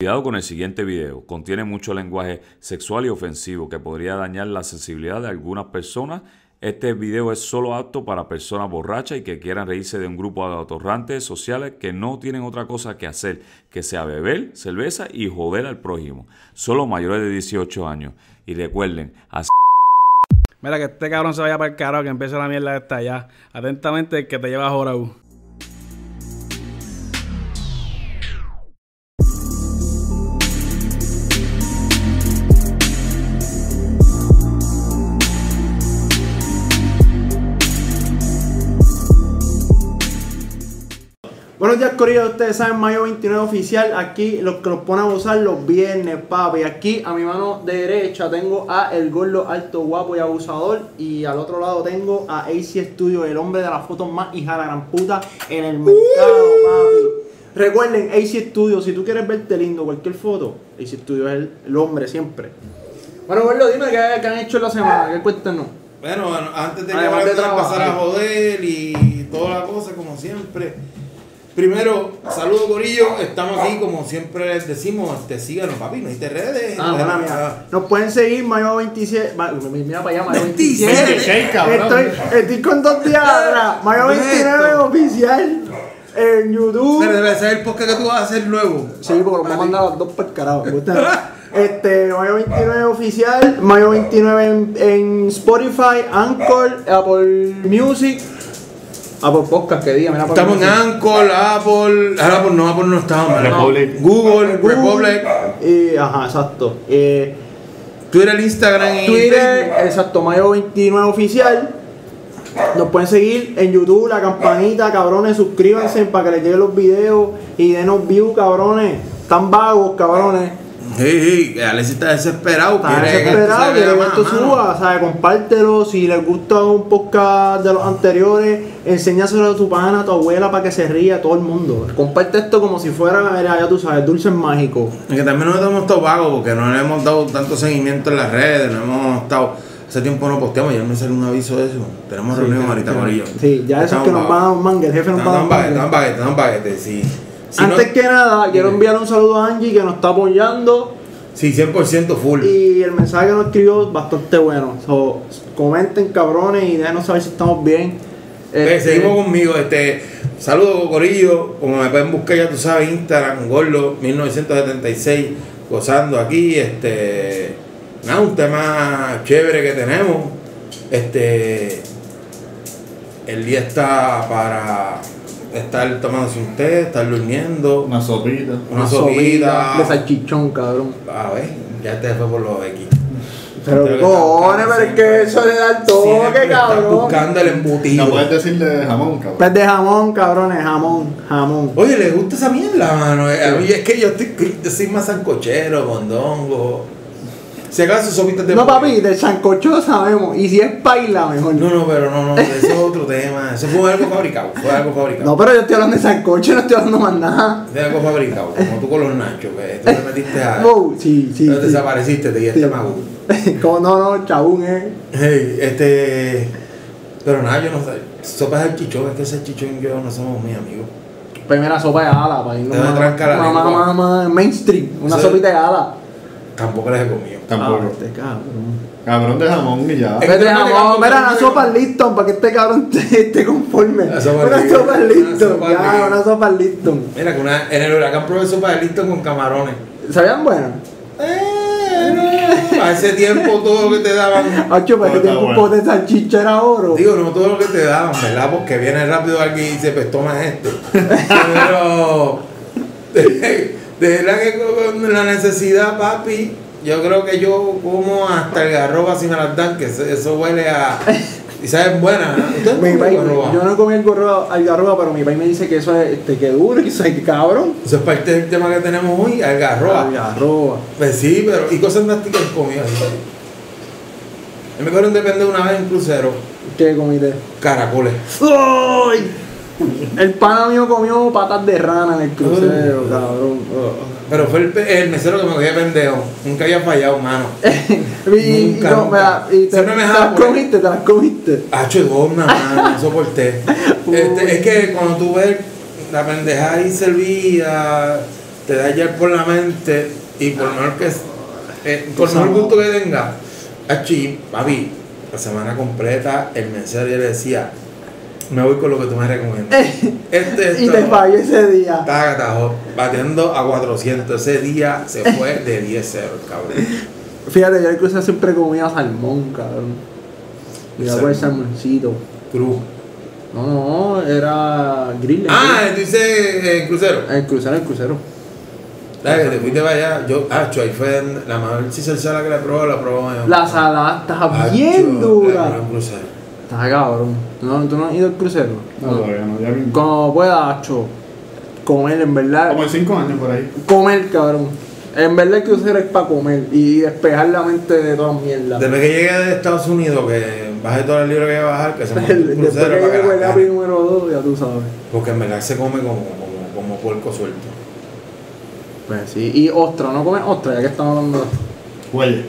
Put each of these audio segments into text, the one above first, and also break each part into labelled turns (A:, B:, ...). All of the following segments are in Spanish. A: Cuidado con el siguiente video, contiene mucho lenguaje sexual y ofensivo que podría dañar la sensibilidad de algunas personas. Este video es solo apto para personas borrachas y que quieran reírse de un grupo de atorrantes sociales que no tienen otra cosa que hacer que sea beber cerveza y joder al prójimo. Solo mayores de 18 años. Y recuerden, así
B: Mira, que este cabrón se vaya para el carajo, que empiece la mierda esta ya. Atentamente, el que te lleva a Jorau.
C: Buenos días, Corillo. Ustedes saben, mayo 29 oficial. Aquí los que los ponen a usar los viernes, papi. Aquí a mi mano derecha tengo a El Gordo Alto, Guapo y Abusador. Y al otro lado tengo a AC Studio, el hombre de las fotos más hija de la gran puta en el mercado, papi. Recuerden, AC Studio, si tú quieres verte lindo cualquier foto, AC Studio es el, el hombre siempre. Bueno, Gordo, dime qué, qué han hecho en la semana, qué cuéntanos.
D: Bueno, an- antes Ah, de que
C: Además de
D: Barbie
C: trabajar.
D: empezara a joder y toda la cosa, como siempre. Primero, saludo Corillo, estamos aquí como siempre les decimos, te síganos papi, no hay te redes.
C: Ah,
D: no,
C: mala
D: no,
C: mía. Nos pueden seguir mayo 27. ma- Mira para allá, mayo 27.
D: 26, cabrón.
C: Estoy, estoy con dos días atrás. Mayo
D: ¿Qué es
C: 29
D: esto?
C: oficial en
D: Pero
C: YouTube.
D: debe ser el podcast que tú vas a hacer nuevo.
C: Sí, porque nos van a mandar a los dos para el carajo. me gusta. Este, mayo 29 oficial, mayo 29 en, en Spotify, Anchor, Apple Music, Apple Podcast, que día, mira Apple
D: Estamos en
C: Music.
D: Anchor, Apple, ahora por no, Apple no estamos.
E: Republic.
D: Google,
C: Google.
D: Republic,
C: Y, ajá, exacto. Eh,
D: Twitter, Instagram y
C: Twitter,
D: Facebook.
C: exacto, mayo 29 oficial. Nos pueden seguir en YouTube, la campanita, cabrones, suscríbanse para que les lleguen los videos y denos view, cabrones. Están vagos, cabrones.
D: Sí, sí, Alexis está desesperado.
C: Están
D: quiere que esto se
C: desesperados,
D: vea
C: quieren que
D: más,
C: esto
D: mano.
C: suba, ¿sabes? Compártelo. Si les gusta un podcast de los anteriores, enséñaselo a tu pana, a tu abuela para que se ría a todo el mundo. Comparte esto como si fuera, mira, ya tú sabes, dulces mágicos.
D: Y que también nos hemos estado vagos porque no le hemos dado tanto seguimiento en las redes, no hemos estado. Hace tiempo no posteamos, ya me salió un aviso de eso. Tenemos reunión ahorita, Corillo.
C: Sí, ya eso es que nos van a dar un mangue, el jefe nos va a dar un
D: Estamos
C: mangue.
D: baguetes, estamos baguetes, estamos baguetes, sí. Si
C: Antes
D: no-
C: que nada, quiero enviar un saludo a Angie que nos está apoyando
D: Sí, 100% full.
C: y el mensaje que nos escribió es bastante bueno. So, comenten cabrones y déjenos saber si estamos bien.
D: Ve,
C: Este,
D: seguimos conmigo, este. Saludos, Corillo. Como me pueden buscar, ya tú sabes, Instagram, Gorlo, 1976, gozando aquí. Este. Nada, un tema chévere que tenemos. Este. El día está para estar tomándose un té, estar durmiendo, una,
E: Una sopita.
D: sopita.
C: de salchichón, cabrón.
D: A ver, ya te fue por los X.
C: Pero
D: Creo que
C: cojones,
D: están-
C: pero es que eso le da el
D: Siempre
C: toque,
D: estás
C: cabrón.
D: buscando el embutido.
E: No puedes decirle jamón, cabrón.
C: Pues de jamón, cabrones, jamón, jamón.
D: Oye, le gusta esa mierda, mano. Eh, a mí es que yo, estoy, yo soy más sancochero, mondongo. Si acaso sopitas de
C: No,
D: pollo.
C: papi, de sancocho sabemos. Y si es paila, mejor.
D: No, no, pero no, no, eso es otro tema. Eso fue algo fabricado, fue algo fabricado.
C: No, pero yo estoy hablando de sancocho, no estoy hablando más nada.
D: Fue algo fabricado, como tú con los nachos, que tú te metiste a...
C: Wow, sí, Oh, sí.
D: Ah. pero
C: sí.
D: desapareciste, te guiaste
C: Sí.
D: más uno.
C: Como no, no, chabón, eh.
D: Hey, este... Pero nada, yo no sé. Sopa es el chichón, es que ese chichón y yo no somos muy amigos.
C: Primera sopa de ala, para irnos
D: Te va a trancar la
C: más, más,
D: lengua.
C: más, más mainstream, una
D: Sí.
C: sopita de ala.
D: Tampoco las he comido.
C: Ah, Eh,
E: Tampoco.
C: este cabrón.
E: Cabrón de jamón y ya.
D: Es que
C: Vete,
D: tú no te
C: jamón,
D: cagas,
C: mira,
D: tú
C: una
D: no te
C: sopa
D: cagas.
C: Liston para que este cabrón te- esté conforme.
D: Una sopa
C: Una
D: Lipton,
C: sopa
D: una
C: Liston,
D: sopa
C: ya,
D: Lipton.
C: una sopa Liston.
D: Mira, que una, en el huracán probé sopa de listo con camarones.
C: ¿Sabían bueno?
D: Eh, no, a ese tiempo todo lo que te daban.
C: Ocho, pero
E: Está
C: pues, tengo un
E: bueno.
C: pote de salchicha era oro.
D: Digo, no todo lo que te daban, ¿verdad? Porque viene rápido alguien y dice, pues toma esto. Pero. De, de verdad que con la necesidad, papi. Yo creo que yo como hasta el garroba sin me las dan, que eso, eso huele a. Y saben buena, ¿no? Ustedes
C: Mi
D: no
C: país,
D: comen garroba.
C: yo no comí el gorro algarroba, pero mi país me dice que eso es este, que duro, que eso es que cabrón.
D: Eso es parte del tema que tenemos hoy, al
C: Ah,
D: garroba.
C: Algarroba.
D: Pues sí, pero. Y cosas nasticas comidas. Me acuerdo que depende una vez en un crucero,
C: ¿Qué comiste?
D: caracoles.
C: ¡Ay! El pana mío comió patas de rana en el crucero, cabrón. Oh.
D: Pero fue el, pe- el mesero que me cogía pendejo. Nunca había fallado, mano.
C: Y, y
D: oh. Nunca,
C: no,
D: nunca.
C: mira, y te,
D: Siempre me
C: te
D: dejaba
C: las
D: por-
C: comiste, te las comiste.
D: Hacho goma, mano, no soporté. Este,
C: Uy.
D: es que cuando tú ves la pendeja ahí servida, te da ya por la mente y por mejor que es- eh, por mejor gusto que tenga, achi, papi, la semana completa el mesero ya le decía, me voy con lo que tú me recomiendas. Este,
C: Y
D: esto,
C: te falló ese día.
D: tácata, batiendo a 400. Ese día se fue de 10-0, cabrón.
C: Fíjate, yo incluso siempre comía salmón, cabrón. Y
D: El
C: era por el
D: salmón.
C: salmoncito.
D: Cruz.
C: No, no, era grill.
D: Ah, tú dices eh, crucero.
C: el crucero, el crucero.
D: Dale, que te fuiste para allá. Yo, ah, ahí fue en- la mayor si sala que la probó, la probó en-
C: La salada está
D: Ah, Acho,
C: bien
D: la probó
C: dura.
D: en crucero.
C: Está cabrón. No, tú no has ido al crucero.
E: No, todavía no, ya vi-
C: Como pueda, Acho, comer, en verdad.
E: Como en 5 años por ahí.
C: Comer, cabrón. En verdad el crucero es para comer y despejar la mente de todas mierdas.
D: Después que llegué de Estados Unidos, que bajé todo el libro que iba a bajar, que se montó un
C: Después
D: crucero
C: que
D: para
C: llegó el
D: Caracas.
C: lápiz número 2, ya tú sabes.
D: Porque en verdad se come como, como, como puerco suelto.
C: Pues sí, y ostra, no comen ostra, ya que estamos hablando de ostra.
E: Huele.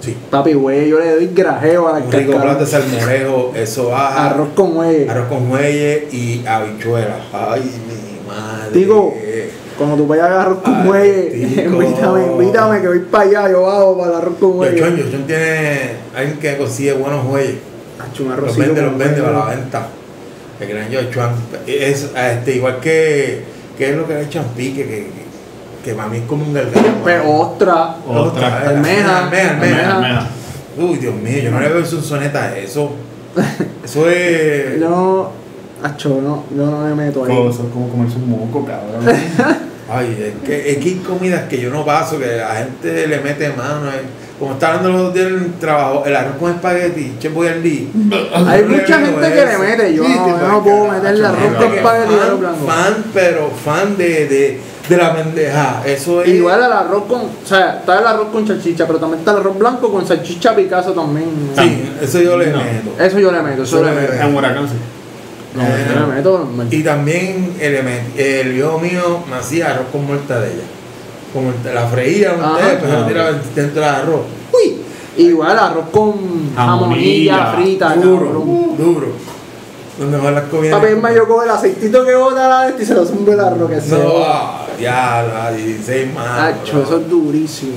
D: Sí.
C: Papi, güey, yo le doy grajeo a la
D: Un rico plato de
C: carcajada.
D: salmorejo, eso baja.
C: Arroz con güey.
D: Arroz con muelle y habichuelas. Ay, mi madre.
C: Tico, Cuando tú vayas a arroz con
D: Ay,
C: güey,
D: tico.
C: invítame, invítame, que voy para allá, yo bajo para el arroz con
D: Yochón,
C: güey.
D: Yochón tiene alguien que consigue buenos muelles.
C: Hacho, un
D: Los
C: arrocito
D: vende, los
C: con
D: vende
C: huevo.
D: para la venta. El gran Yochuan. Es este, igual que, que es lo que le echan pique, que, que, que para mí es como un gargajo.
C: Pero Pues ostra.
E: Otra.
D: Otra.
C: Almeja.
D: Almeja, almeja.
E: Almeja.
D: Uy, Dios mío, yo no le veo su soneta a eso. Eso es.
C: Yo no, hacho, no, yo no me meto ahí.
E: Cosa, como comerse un moco, cabrón.
D: Ay, es que, es que hay comidas que yo no paso, que la gente le mete mano. eh. Como está hablando los otros días en el trabajo, el arroz con espagueti, che voy al día.
C: Hay
D: Yo no
C: mucha
D: le veo
C: gente que le
D: eso.
C: mete, yo
E: Sí,
C: no,
E: que
C: yo
E: para
C: no
E: el
C: puedo
E: carajo,
C: meter el arroz
E: no,
C: con
E: que
C: espagueti y arroz
D: fan,
C: blanco.
D: fan, pero fan de, de, de la pendeja. Eso es.
C: Igual el arroz con, o sea, está el arroz con salchicha, pero también está el arroz blanco con salchicha Picasso también.
D: Sí, eso yo le
E: No.
D: meto.
C: Eso yo le meto, eso
D: Eso
C: le
D: le
C: meto.
D: meto.
E: En huracán, sí.
C: No,
E: este,
C: yo le meto. me-
D: Y también el, el viejo mío me hacía arroz con mortadela. Como la freía,
C: Ajá.
D: ustedes, pues la tiraba dentro del arroz.
C: Uy, igual el arroz con
E: Jamonilla,
C: jamonilla frita,
D: Duro,
C: cabrón.
D: duro. Donde van las comidas.
C: Papi, es más, yo cojo el aceitito que bota la de este y se lo zumbo el arroz que sea.
D: No, ah, ya, la 16 más.
C: Hacho,
D: bro.
C: eso es durísimo.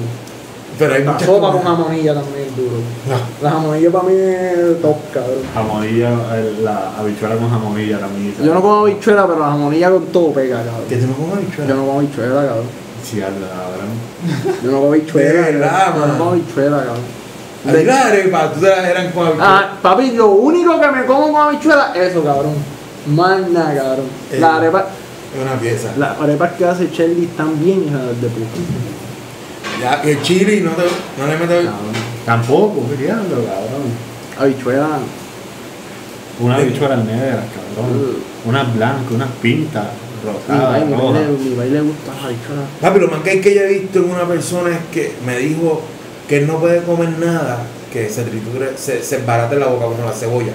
D: Pero hay
C: La
D: muchas
C: sopa con
D: comidas.
C: jamonilla también es duro.
D: No,
C: La jamonilla para mí es top, cabrón.
E: Jamonilla, el- la habichuela con jamonilla también.
C: Yo no como bichuela, pero la jamonilla con todo pega,
D: Que
C: cabrón.
D: tú no comes
C: Yo no como bichuela, cabrón.
E: Sí, al- cabrón.
C: Yo no como bichuela.
D: De verdad,
C: cabrón. Yo no
D: man.
C: como bichuela, cabrón.
D: Ahí
C: De-
D: las arepas, tú te las eran con habichuela.
C: Ah, papi, lo único que me como con habichuela, eso, cabrón. Más nada, cabrón.
D: Eh.
C: Las arepas,
D: Es una pieza.
C: las arepas que hace Shelly están bien, hijas de puta.
D: Ya, y el chili no, te, no le meto.
E: Cabrón. Tampoco, qué diablo, cabrón.
C: Habichuela,
E: Una habichuela negra, cabrón.
C: Uh.
E: Unas blancas, unas pintas,
C: mi
D: Ah,
E: rosadas,
C: baile, mi
E: rojas.
C: baile, mi baile le gusta las habichuelas.
D: Papi, lo más que que yo he visto en una persona es que me dijo que él no puede comer nada que se triture, se, se embarate la boca como la cebolla.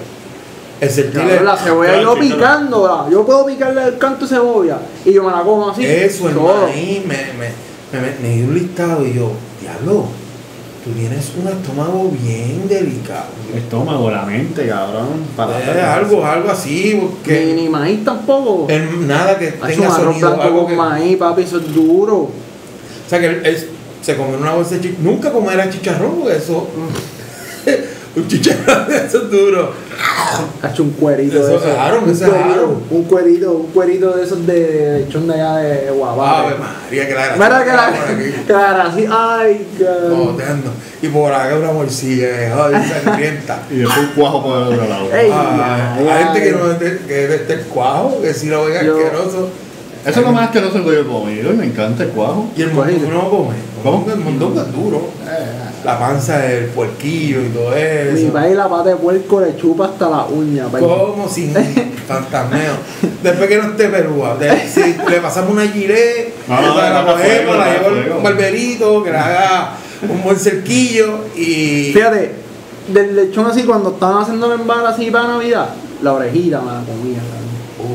D: El
C: Cabrón,
D: sentirle
C: la cebolla yo
E: claro, sí, claro.
C: picándola, yo puedo picarle el canto de cebolla y yo me la como así.
D: eso, hermano,
C: todo.
D: ahí me, me, me, me, me dio un listado y yo, diablo, tú tienes un estómago bien delicado.
E: Estómago, la mente, cabrón. Para
D: Eh, algo, algo así,
C: Ni,
D: porque
C: ni maíz tampoco.
D: el- nada que
C: Hacho,
D: tenga
C: un arroz
D: sonido,
C: blanco
D: algo
C: con
D: que, o
C: maíz, papi, eso es duro.
D: sea, que él, él se comió una bolsa de chicharrón, nunca comerá chicharrón, porque eso,
C: Mm.
D: un chicharrón, eso es duro.
C: Hacho, un cuerito
D: Eso
C: de
D: es
C: esos.
D: raro,
C: un,
D: eso es raro.
C: cuerito, un cuerito, un cuerito de esos de lechón de allá de
D: Ave
C: Guabá.
D: María, que la gracia
C: Mira que
D: por aquí.
C: la cara así, ay, cabrón.
D: Jodeando. Y por acá una bolsilla, eh, ay, sangrienta.
E: Y después un cuajo por el otro lado.
C: Ey.
D: Ah,
C: Ay,
D: Hay
C: ay.
D: gente que no esté, que esté el cuajo, que si lo ve
C: Yo-
D: asqueroso.
E: Eso es lo más asqueroso que yo he comido y me encanta el cuajo.
D: Y el
C: ¿Cuál es?
D: mondongo no come.
E: ¿Cómo?
D: El mondongo es duro. La panza del puerquillo y todo
C: Mi
D: eso.
C: país la pata de puerco le chupa hasta la uña, papi.
D: Como sin fantasmeo. Después que no esté perúa. de- si le pasamos una gilet,
E: No, no,
D: Ah, la
E: no, no,
D: cogemos,
E: no,
D: la
E: no,
D: llevo
E: no, no.
D: un barberito, que le haga un buen cerquillo y.
C: Fíjate, del lechón así, cuando estaban haciendo el embarazo así para Navidad, la orejita me la comía, cabrón.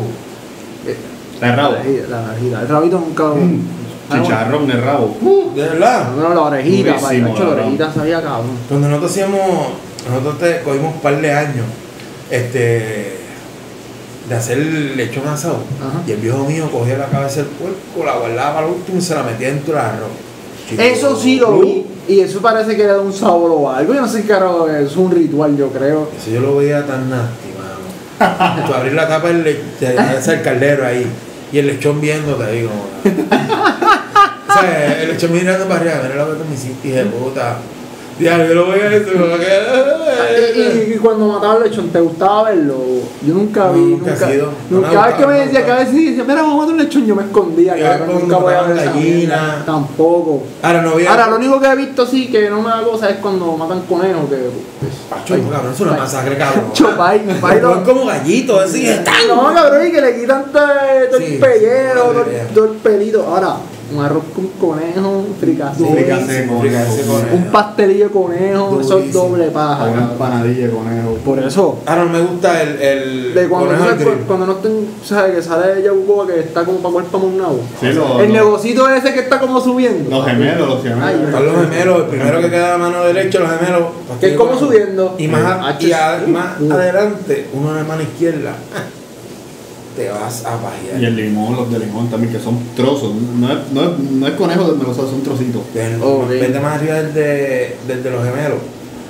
D: Uh.
C: Eh,
E: El
C: La
E: rabo.
C: orejita, la orejita. El rabito nunca lo.
E: Mm,
C: Ah, bueno.
E: Chicharrón de rabo.
D: De verdad.
C: No, no, la orejita,
E: Durísimo,
C: papi. Nacho, la
E: cabrón.
C: orejita sabía cabrón.
D: Cuando Pues nosotros hacíamos, nosotros te, cogimos un par de años, este, de hacer lechón asado.
C: Ajá.
D: Y el viejo mío cogía la cabeza del puerco, la guardaba para el último y se la metía dentro del arroz. Chico,
C: Eso sí lo vi. Y eso parece que era de un sabor o algo. Yo no sé qué carajo es, es un ritual, yo creo.
D: Eso yo lo veía tan nasty, mano. Tú abrir la tapa del le- te- ese el caldero ahí y el lechón viéndote ahí como. o sea, el lechón mirando para arriba, mira lo que tú me hiciste, hija de puta. Ya, yo lo veía eso, como
C: Ah, Y,
D: que.
C: y- y cuando mataba al lechón, ¿te gustaba verlo? Yo nunca
D: No,
C: vi.
D: nunca
C: nunca
D: he sido. No me
C: nunca, cada vez que
D: gustaba,
C: me
D: no me
C: decía, cada vez sí, decía, mira, vamos a matar un lechón, yo me escondía.
D: Yo
C: cabrón,
D: me
C: nunca voy a ver
D: compraba
C: esa mierda.
D: gallina.
C: Tampoco.
D: Ahora no veía.
C: Ahora, lo único que he visto así que no me da cosa es cuando matan conejos. Que,
D: Pacho, cabrón, es una masacre, cabrón.
C: Chopay,
D: Pero es como gallito, así.
C: No, cabrón, y que le quitan te- todo
D: Sí,
C: el pellejo,
D: madre
C: todo
D: mía.
C: el- todo el pelito. Ahora, un arroz con conejo, un fricasé,
E: Fricasé,
D: Fricasé, conejo.
C: un pastelillo de conejo, eso es
D: Durísimo.
C: doble
E: Para
C: paja.
E: una
C: cabrón.
E: empanadilla de conejo.
C: Por eso,
D: Ahora Ah, no me gusta el. el
C: de cuando,
D: conejo
C: no
D: al
C: se-
D: grill.
C: cuando no estén, ¿sabes? Que sale Yabucoa que está como para comer para un nabo.
E: Sí, lo-
C: El
E: lo-
C: negocito ese que está como subiendo.
E: los gemelos, los gemelos.
D: Están los gemelos, el primero que queda a mano derecha, los gemelos.
C: Que es como subiendo.
D: Y más, a-
C: Sí.
D: y a-
C: Uh,
D: más
C: uh.
D: adelante, uno de mano izquierda. Te vas a bajear.
E: Y el limón, los de limón también, que son trozos. No es, no es, no es conejo desmenuzado, son trocitos.
D: Del-
C: Ok.
D: Vete más arriba del de, del de los gemelos.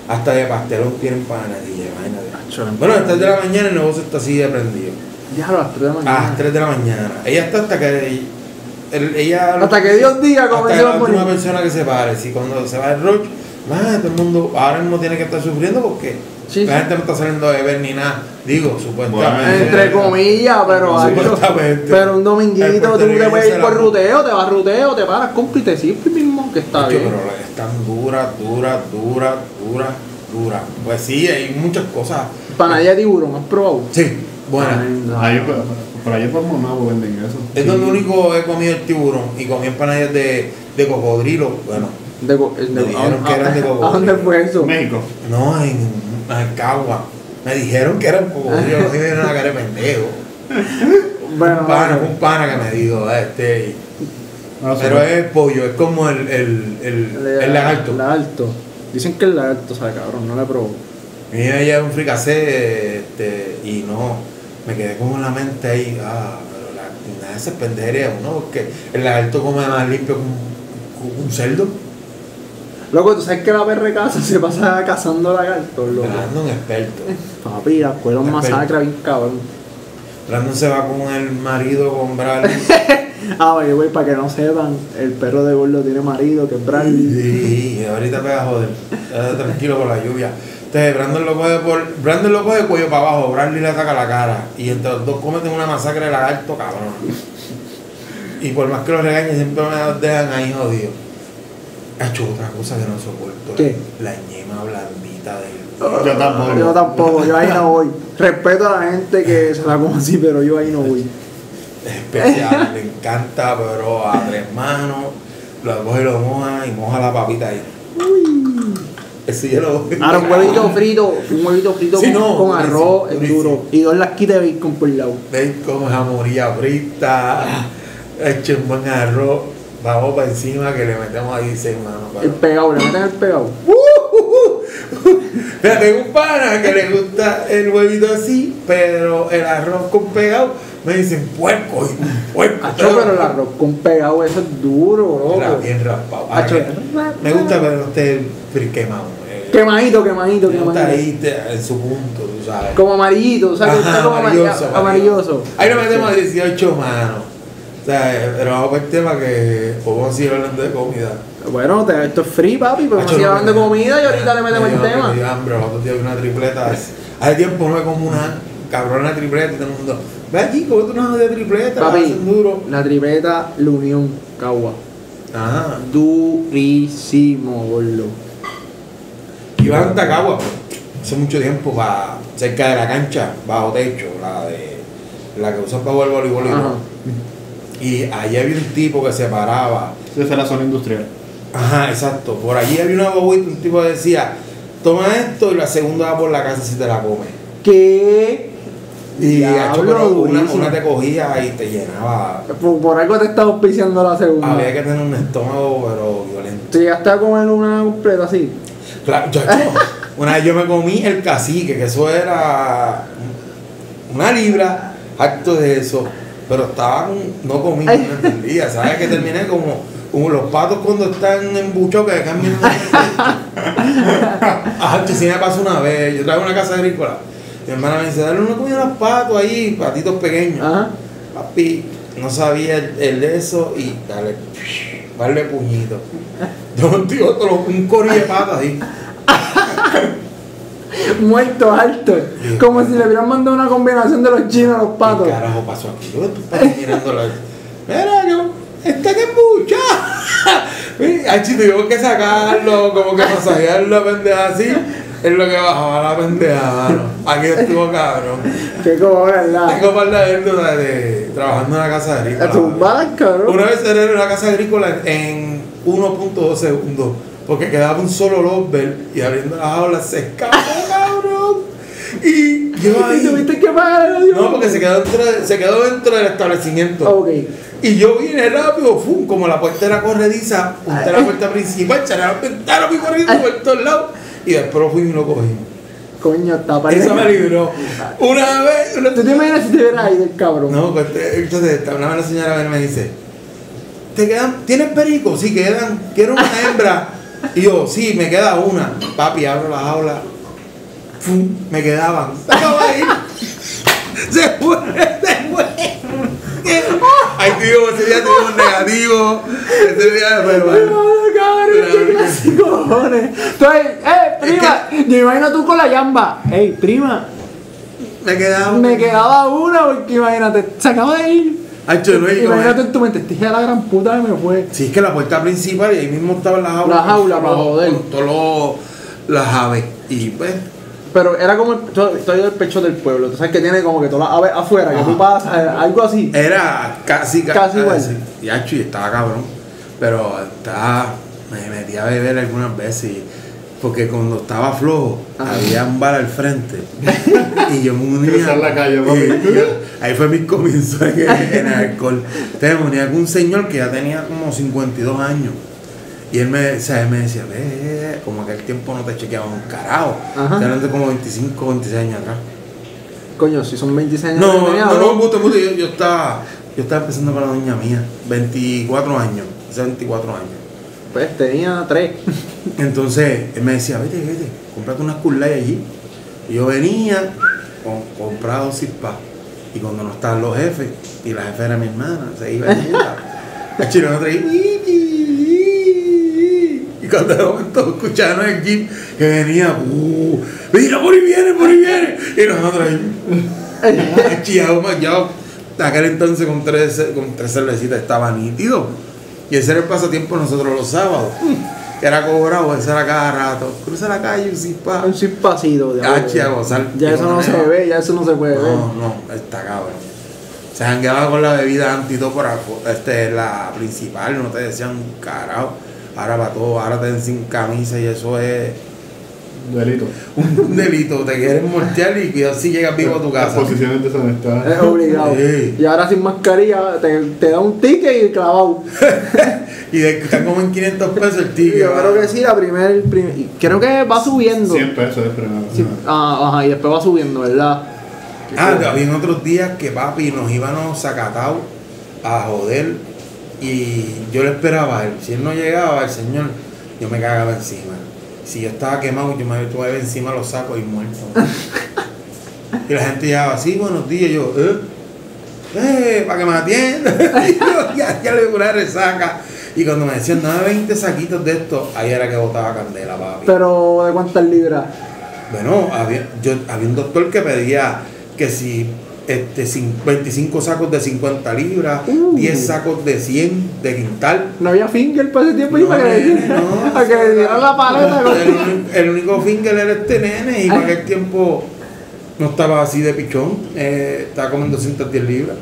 D: Hasta de pastelón tienen panadilla,
C: Ah,
D: imagínate. Bueno, a las 3 de la mañana el negocio está así de prendido.
C: Ya a las 3 de la
D: A
C: mañana.
D: las 3 Ah, de la mañana. Ella está hasta que. el- ella,
C: Hasta que Dios diga, como
D: hasta
C: dice
D: la
C: Bad
D: última
C: Bunny.
D: persona que se pare. Si cuando se va el Roach, más todo el mundo ahora mismo tiene que estar sufriendo porque
C: Sí,
D: la
C: sí.
D: gente no está saliendo de ver ni nada. Digo, supuestamente.
E: Bueno,
C: Entre comillas, pero algo.
D: Supuestamente.
C: Pero un
D: El
C: dominguito tú te
D: puertorriqueño
C: puedes ir
D: será-
C: por ruteo, te vas ruteo, te paras, compra y te sirves mismo, que está
D: Oye,
C: bien.
D: pero es tan dura, dura, dura, dura, dura. Pues sí, hay muchas cosas.
C: Panadilla de tiburón, ¿has probado?
D: Sí, buenas.
E: Ahí, por, por ahí por Monabo venden eso.
D: Es donde único he comido el tiburón y comí empanadillas de, de cocodrilo. Bueno,
C: De go- eh, de-
D: Me
C: ¿a-
D: dijeron que
C: a-
D: eran de
C: ¿A dónde
D: cocodrilo.
C: fue eso?
E: México.
D: no, en, en Cagua. Me dijeron que era
C: Ah.
D: cocodrilo, no tiene una cara de pendejo.
C: Bueno, Ah,
D: Un pana, un pana que me dijo, este. y-
E: No,
D: Pero
E: super-
D: es pollo, es como el, el, el,
C: le-
D: el lagarto.
C: lagarto. Dicen que el lagarto, sabe cabrón, no le probó.
D: Mi hija ya es un fricacé este, y no, me quedé como en la mente ahí, ah, pero la, nada se pendejería uno, porque el lagarto come más limpio que un, que un cerdo,
C: Loco, tú sabes que la perra de casa se pasa cazando lagartos, loco.
D: Brandon experto.
C: Papi, la escuela es un
D: Espera.
C: masacre bien cabrón.
D: Brandon se va con el marido a comprar
C: Ah, vale, güey, para que no sepan, el perro de gordo tiene marido, que es Bradley.
D: y ahorita me va a joder, Está tranquilo por la lluvia. Entonces Brandon lo coge por, Brandon lo coge cuello para abajo, Bradley le ataca la cara y entre los dos cometen una masacre de lagarto cabrón. Y por más que los regañen siempre me dejan ahí jodido. Ha hecho otra cosa que no soporto.
C: ¿Qué?
D: La ñema blandita del.
E: Yo tampoco.
C: Yo tampoco, yo ahí no voy. Respeto a la gente que se la come así, pero yo ahí no voy.
D: Especial, le encanta, pero a tres manos, lo coge y lo moja y moja la papita ahí. Eso yo lo voy.
C: Ahora un huevito frito, un huevito frito
D: Sí,
C: con,
D: no,
C: con
D: durísimo,
C: arroz, es
D: durísimo.
C: duro. Y dos lasquitas de bacon por lado.
D: bacon, jamurilla frita, hecho un buen arroz, vamos para encima que le metemos ahí seis manos.
C: El
D: pero-
C: pegado, le meten el pegado.
D: Mira, tengo un pana que le gusta el huevito así, pero el arroz con pegado, me dicen puerco, y puerco.
C: Acho, pero el arroz con pegado, eso es duro,
D: Era
C: loco.
D: bien raspado. Ah,
C: Acho,
D: que- me gusta, pero no esté fri- quemado. eh.
C: Quemadito, quemadito,
D: Me gusta
C: quemadito.
D: ahí te- en su punto, tú sabes.
C: Como amarillito, o sea, que está
D: Ajá,
C: como amarilloso. amarilloso.
D: Ahí lo metemos a 18 manos. O sea, pero vamos para el tema que podemos seguir hablando de comida.
C: Bueno, te- esto es free, papi, pero me
D: Hacho,
C: sigue
D: no,
C: hablando de
D: no,
C: comida y
D: no,
C: ahorita le metemos
D: no,
C: el
D: yo no
C: tema.
D: tenía hambre, el otro día vi una tripleta. Hace tiempo no me como una cabrona tripleta y todo el mundo. Ve aquí, como tú no de tripleta, la
C: Papi,
D: hacen duro.
C: la tripeta, la unión, cagua.
D: Ajá.
C: Durísimo, boludo.
D: Iván a Tacagua, hace mucho tiempo, va cerca de la cancha, bajo techo, la de la que usan para jugar voleibol y
C: Ajá.
D: todo. Y allí había un tipo que se paraba.
E: Esa es la zona industrial.
D: Ajá, exacto. Por allí había una bobita, un tipo que decía, toma esto y la segunda va por la casa si te la comes.
C: ¿Qué?
D: Y ha
C: Diablo,
D: hecho, pero una,
C: durísimo.
D: una te cogía y te llenaba.
C: Por, por algo te está auspiciando la segunda.
D: Había que tener un estómago, pero violento.
C: Tú llegaste a comer una completa así.
D: Claro, chacho, una vez yo me comí el cacique, que eso era una libra, harto de eso, pero estaban, no comí, no entendía. ¿Sabes que terminé como, como los patos cuando están en bucho que cambian? Ajá, que si me pasó una vez, yo traigo una casa agrícola. Mi hermana me dice, dale uno comió unos patos ahí, patitos pequeños.
C: Ajá.
D: Papi, no sabía el, el de eso y dale, darle puñito. De un tío otro, un coro de patas ahí.
C: Muerto alto. Como si le hubieran mandado una combinación de los chinos a los patos.
D: ¿Qué carajo pasó aquí? Yo tú estás mirando la. Mira, yo. este Está que mucha. Ay, chito, yo que sacarlo, como que masajearlo, pendeja así. Es lo que bajaba la pendejada. ¿no? Aquí estuvo cabrón.
C: Qué como, ¿verdad?
D: Tengo par de anécdotas de trabajando en la casa
C: A
D: agrícola.
C: tus balas, cabrón.
D: Una vez cerré una casa agrícola en 1.2 segundos, porque quedaba un solo lobber y abriendo las aulas se escapó, cabrón. Y yo
C: Y
D: ahí.
C: tuviste que pagar el
D: No, porque se quedó dentro, de- se quedó dentro del establecimiento.
C: Ok.
D: Y yo vine rápido, fum, como la puerta era corrediza, junté la puerta principal, echaré la ventana, fui corriendo por todos lados. Y después fui y lo cogí.
C: Coño, está
D: Eso me
C: parecido.
D: libró. Una vez, una
C: ¿Tú te imaginas si te vieras ahí del cabrón?
D: No, pues, te- entonces esta- una vez la señora viene y me dice, ¿te quedan? ¿Tienes perico? Sí, quedan, quiero una hembra. Y yo, sí, me queda una. Papi, abro las aulas. Fum, me quedaban. Se acabó ahí. Se fue, se fue. Ay, tío, ese día tuve un negativo. Ese día fue
C: Ay,
D: mal.
C: madre, cabrón, qué clase de cojones. Entonces, eh, prima, yo imagino tú con la llamba. Ey, prima,
D: Me quedaba.
C: me quedaba una porque imagínate, se acaba de ir.
D: Ay, chulo, y yo,
C: imagínate
D: eh.
C: en tu mente, este hija de la gran puta que me fue.
D: Sí, es que la puerta principal y ahí mismo estaban las aulas.
C: Las aulas,
D: con
C: para
D: todos-
C: joder.
D: Con todos los- las aves. Y pues.
C: Pero era como el, to- todo el pecho del pueblo, tú sabes que tiene como que todas las aves afuera, que tú pasas, eh, algo así.
D: Era casi, ca-
C: Casi igual.
D: así. Y acho, y estaba cabrón. Pero estaba, me metí a beber algunas veces. y- porque cuando estaba flojo,
C: Ajá.
D: había un bar al frente. y yo me unía.
E: Cruzar la calle,
D: y-
E: papi.
D: y yo- ahí fue mi comienzo en, en el alcohol. Entonces me unía con un señor que ya tenía como 52 años. Y él me, o sea, él me decía, ve, ve, ve", como aquel tiempo no te chequeaban un carajo.
C: Ajá.
D: Te hablando como 25, 26 años atrás.
C: Coño, si son 26 años que
D: No,
C: tenía,
D: no, no,
C: bro.
D: puto, puto, yo, yo estaba, yo estaba empezando con la doña mía, 24 años, hace 24 años.
C: Pues tenía tres.
D: Entonces, él me decía, vete, vete, cómprate unas curlay allí. Y yo venía, con, comprado pa Y cuando no estaban los jefes, y la jefa era mi hermana, se iba a ella. El chino me traía, "Yi, yi, yi". y cuando de momento escucharon el jeep que venía, "Uh, mira, por ahí viene, por ahí viene. Y nosotros ahí, Ah, Chiao, maquillado. Aquel entonces con tres, con tres cervecitas estaba nítido. Y ese era el pasatiempo de nosotros los sábados. Que era cobrado, ese era cada rato. Cruza la calle, un cispa.
C: Un cispacito de
D: Ah, chiao, sal.
C: Ya eso no se ve, ya eso no se puede ver.
D: No, no, está cabrón. Se jangueaba con la bebida anti todo por afu- este, la principal, no te decían carajo. Ahora para todo, ahora te den sin camisa y eso es
E: Delito.
D: un delito. Te quieren mortear y cuidado si llegas vivo a tu casa.
E: Las posiciones
C: Es
E: deshonestadas.
C: obligado.
D: Sí.
C: Y ahora sin mascarilla te, te da un ticket y clavado.
D: Y de que están como en 500 pesos el
C: Sí,
D: ticket.
C: yo creo
D: ¿verdad?
C: que sí, la primera. el prim- y Creo que va subiendo.
E: 100 pesos es primero.
C: Sí, ah, ajá, y después va subiendo, ¿verdad?
D: Ah, había otros días que papi nos íbamos sacatados a joder y yo le esperaba a él. Si él no llegaba, el señor, yo me cagaba encima. Si yo estaba quemado, yo me tuve encima los sacos y muerto. y la gente llegaba así, buenos días, y yo, ¿eh? eh, para que me atiendan. Y yo, ya, ya le di una resaca. Y cuando me decían, nada, 20 saquitos de esto, ahí era que botaba candela, papi.
C: Pero de cuántas libras.
D: Bueno, había, yo, había un doctor que pedía que si este, cin- 25 sacos de 50 libras,
C: Uh.
D: 10 sacos de 100 de quintal.
C: No había finger para ese tiempo y
D: No,
C: para que le
D: nene,
C: dieran,
D: no. eh,
C: para que le dieran la paleta.
D: El, uni- el único finger era este nene y para aquel tiempo no estaba así de pichón, eh, estaba como en 210 libras.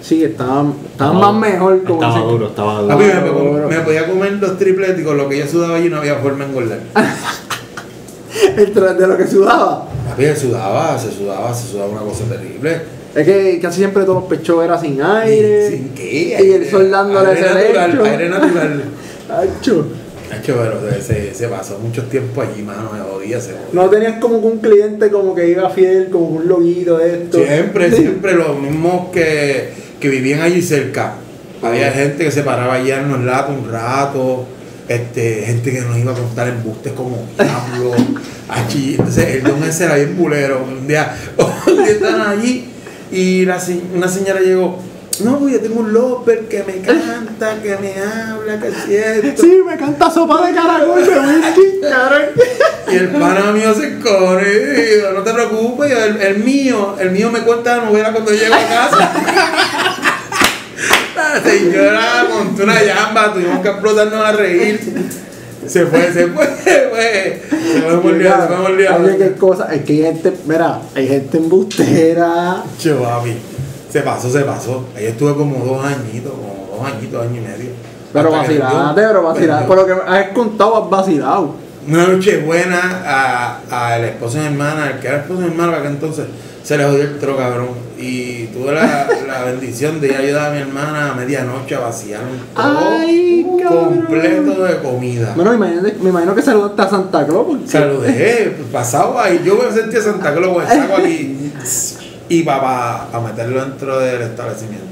C: Sí, estaban, estaban más mejor. Como
E: Estaba
C: dicen.
E: duro, estaba
D: A mí
E: duro.
D: me, me-
C: bro.
D: me podía comer dos tripletes y con lo que yo sudaba allí no había forma de engordar.
C: Ah. El tra- de lo que sudaba.
D: Papi, se sudaba, se sudaba, se sudaba una cosa terrible.
C: Es que casi siempre todos los pechos eran sin aire.
D: ¿Sin qué?
C: Y el sol dándole
D: aire
C: ese
D: natural,
C: lecho.
D: aire natural.
C: Acho.
D: Nacho, pero se, se, se pasó mucho tiempo allí, mano, me jodía, se jodía.
C: No tenías como que un cliente como que iba fiel, como un loguito de esto.
D: Siempre, siempre los mismos que, que vivían allí cerca. Había gente que se paraba allá en los latos un rato, este, gente que nos iba a contar embustes como diablo, allí. Entonces el don ese era bien bulero. Un día, un día estaban allí y la se- una señora llegó. No, yo tengo un Loper que me canta, que me habla, que es esto.
C: Sí, me canta sopa de caracol de whisky, cabrón.
D: Y el pana mío se encojonó y dijo, no te preocupes, yo, el, el mío, el mío me cuenta la novela cuando llego a casa. La señora montó una llamba, tuvimos que explotarnos a reír. Se fue, se fue, se fue. Se fue moldeado, se fue
C: Oye, qué
D: moldeado.
C: cosa, es que hay gente, mira, hay gente embustera.
D: Che, papi, se pasó, se pasó. Ahí estuve como dos añitos, como dos añitos, año y medio.
C: Pero
D: Hasta que el
C: vacilate,
D: Dios
C: pero vacilate.
D: perdió.
C: Por lo que has contado, has vacilado.
D: Una noche buena a, a la esposa de mi hermana, al que era esposo de mi hermana, para que entonces se le jodió el tro, cabrón. Y tuve la, la bendición de ir a ayudar a mi hermana a medianoche a vaciar un
C: Ay,
D: tro
C: cabrón.
D: completo de comida.
C: Bueno, me imagino, me imagino que saludaste a Santa Claus. porque-
D: Saludé, pues, pasaba ahí. Yo me sentí a Santa Claus con el saco aquí y para a meterlo dentro del establecimiento.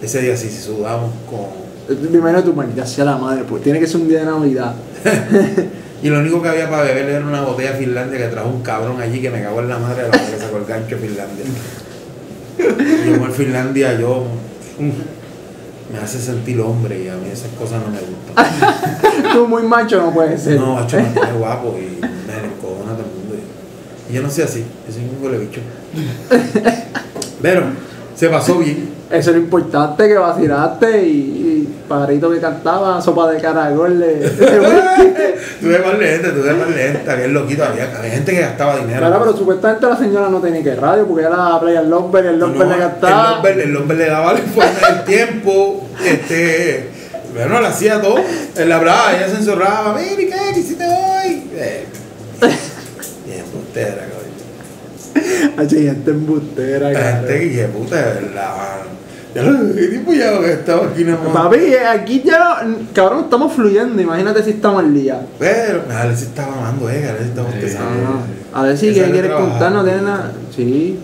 D: Ese día sí, sí sudamos con.
C: eh, Me imagino tu maldita sea la madre, pues tiene que ser un día de Navidad.
D: Y lo único que había para beber era una botella de Finlandia que trajo un cabrón allí que me cagó en la madre de la que sacó el gancho de Finlandia. Yo por Finlandia, yo. mm, Me hace sentir hombre y a mí esas cosas no me
C: Ah,
D: gustan.
C: Tú muy macho no puedes ser.
D: No, macho, no es guapo y me encojona todo el mundo. Y yo no soy así, yo soy un huele bicho. Pero se pasó bien.
C: Eso es lo importante, que vacilaste y, y pajarito que cantaba, sopa de caracol. de- de whisky.
D: Tuve más lente, tuve más lenta, bien loquito. Había, había gente que gastaba dinero.
C: Claro, pero supuestamente la señora no tenía que radio porque era Play el Lomber, el Lomber
D: No,
C: le cantaba.
D: El hombre, el hombre le daba la información del tiempo. Este, bueno, le hacía todo. Él le hablaba, ella se encerraba. Mira, ¿qué? ¿Qué hiciste hoy? Eh, bien, putera, cabrón.
C: Ay, gente embustera,
D: La gente que
C: cabrón.
D: dije, puta, de verdad. mano. Ya lo qué tipo ya que estaba aquí nada más.
C: Papi, eh, aquí ya, mm, cabrón, estamos fluyendo. Imagínate si estamos al día.
D: Pero, a ver si estaba mamando, eh, a ver si estaba
E: Sí.
D: bostezando.
C: A ver si
D: Esa
C: ¿qué
D: era
C: quieres
D: trabajada.
C: contar, no tiene nada. Sí,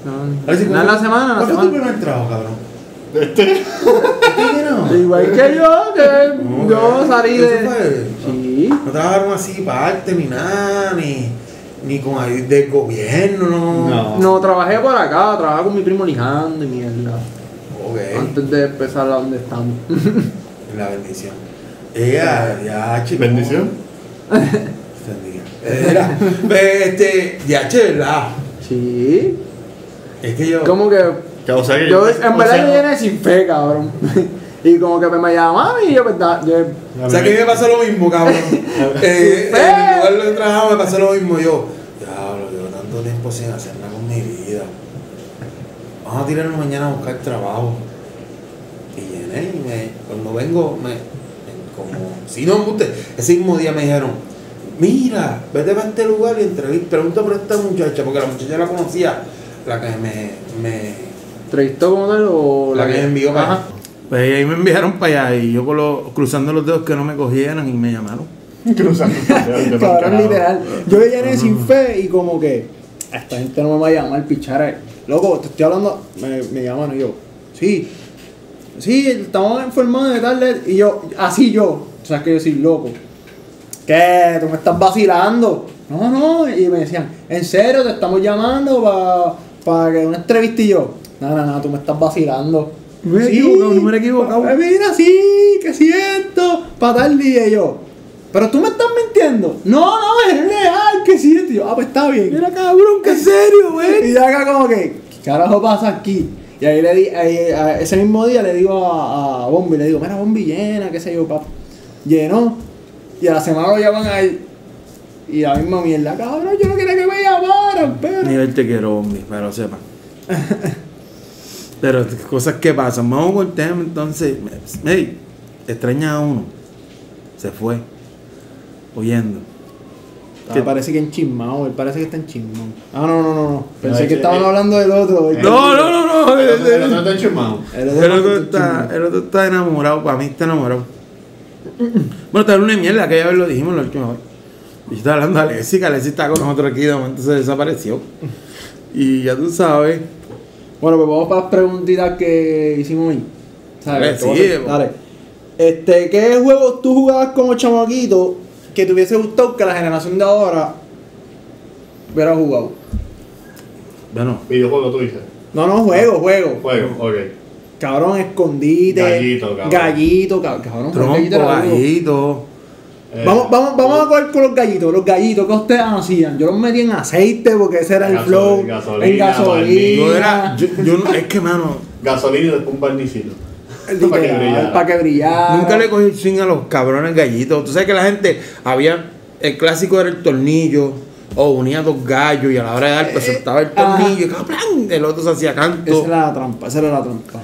D: A ver si-
C: no. Nada en la semana, en la
D: ¿Cuál fue tu
C: semana.
D: primer trabajo, cabrón? Este. no?
C: Igual que yo, que yo
D: No,
C: salí
D: ¿eso
C: de.
D: fue?
C: Sí.
D: No trabajaron así parte ni nada, ni, ni con ayuda del gobierno. No.
E: No.
C: No, trabajé por acá, trabajaba con mi primo Lijando y mierda.
D: Ok,
C: Antes de empezar a donde estamos.
D: la bendición. Ella, ya, chico.
E: ¿Bendición?
D: Bendiga. Era, este, ya, che, ¿verdad?
C: sí.
D: Es que yo.
C: Como que
E: Que, o sea que
C: Yo
E: o
C: en verdad
E: sea,
C: yo llené sin fe, cabrón. Y como que me, me llamaban y yo, verdad, yo,
D: O sea, que a mí me pasó lo mismo, cabrón. eh, en el lugar donde trabajaba me pasó lo mismo. Yo, diablo, llevo tanto tiempo sin hacer nada con mi vida. Vamos a tirarnos mañana a buscar trabajo. Y llené y me, cuando vengo, me, me- como, si no, usted, ese mismo día me dijeron, mira, vete para este lugar y entrevista, pregunta por esta muchacha, porque la muchacha la conocía, la que me, me
C: entrevistó como tal o
D: la que me envió para
C: Ajá.
D: allá. Pues ahí me enviaron para allá y yo con los- cruzando los dedos que no me cogieran y me llamaron.
E: Cruzando los dedos de
C: Cabrón,
E: pa'l carajo.
C: literal. Yo le llené sin fe y como que, esta gente no me va a llamar pichara. Loco, te estoy hablando, me, me llaman y yo, sí, sí, estamos informados de tal, y yo, así yo, o sea, que yo soy loco. ¿Qué? ¿Tú me estás vacilando? No, no. Y me decían, ¿en serio te estamos llamando para que una entrevista? Y yo, no, no, no, tú me estás vacilando.
D: Me he equivocado, no me he equivocado.
C: eh, Mira, sí, que siento. Para tal día y yo. Pero tú me estás mintiendo. No, no, es real, que siento. Y yo, ah, pues está bien. Mira, cabrón, que serio, güey. Y yo acá como que, ¿qué carajo pasa aquí? Y ahí le di, ahí, a- ese mismo día le digo a, a Bombi, le digo, mira, Bombi llena, qué sé yo, papá. Llenó. Y a la semana lo llaman a él. Y la misma mierda, cabrón, yo no quería que me llamaran, pero.
D: Nivel te quiero, hombre, para lo sepan. Pero cosas que pasan. Vamos con el tema entonces. Hey, extraña a uno. Se fue. Oyendo.
C: Que Ah, parece que enchismado, él parece que está enchismado. Ah, no, no, no, no. Pensé que
E: es que-
C: estaban hablando del otro. el-
D: No, no, no, no.
E: El otro-
D: El,
E: el otro está enchumado.
C: El
D: el otro
C: está
D: está, el otro está enamorado. Para mí está enamorado. Bueno, te hablé una mierda, aquella vez lo dijimos la última vez. Y yo estaba hablando a Alexi, que Alexi estaba con nosotros aquí, de momento se desapareció. Y ya tú sabes.
C: Bueno, pues vamos para las preguntitas que hicimos hoy. ¿Sabes?
D: Dale,
C: Te voy a
D: sigue,
C: hacer-
D: po.
C: dale. Este, ¿qué juegos tú jugabas como chamaquito que te hubiese gustado que la generación de ahora hubiera jugado?
D: Bueno,
E: Videojuego tú dices.
C: No, no,
D: Ah.
C: juego, juego.
E: Juego, ok. Eh,
C: Cabrón, escondite.
E: Gallito, cabrón.
C: Gallito, cab- cabrón. jugar gallito
D: trompo,
C: era duro.
D: gallito.
E: Eh,
C: Vamos, vamos, vamos a jugar con los gallitos. Los gallitos que ustedes hacían. Yo los metí en aceite porque ese era el
E: Gasolina,
C: flow.
E: gasolina,
C: en gasolina.
D: Yo era. Yo, yo no- es que, mano,
E: Gasolina y después un barnicito.
C: literal,
E: Para que brillara.
C: Para que brillara.
D: Nunca le cogí el swing a los cabrones gallitos. Tú sabes que la gente había. El clásico era el tornillo. O unía dos gallos y a la hora de dar, pues soltaba el
C: ajá.
D: tornillo y ¡caplan! el otro se hacía
C: Eh, ah. Esa
D: canto.
C: era la trampa, esa era la trampa.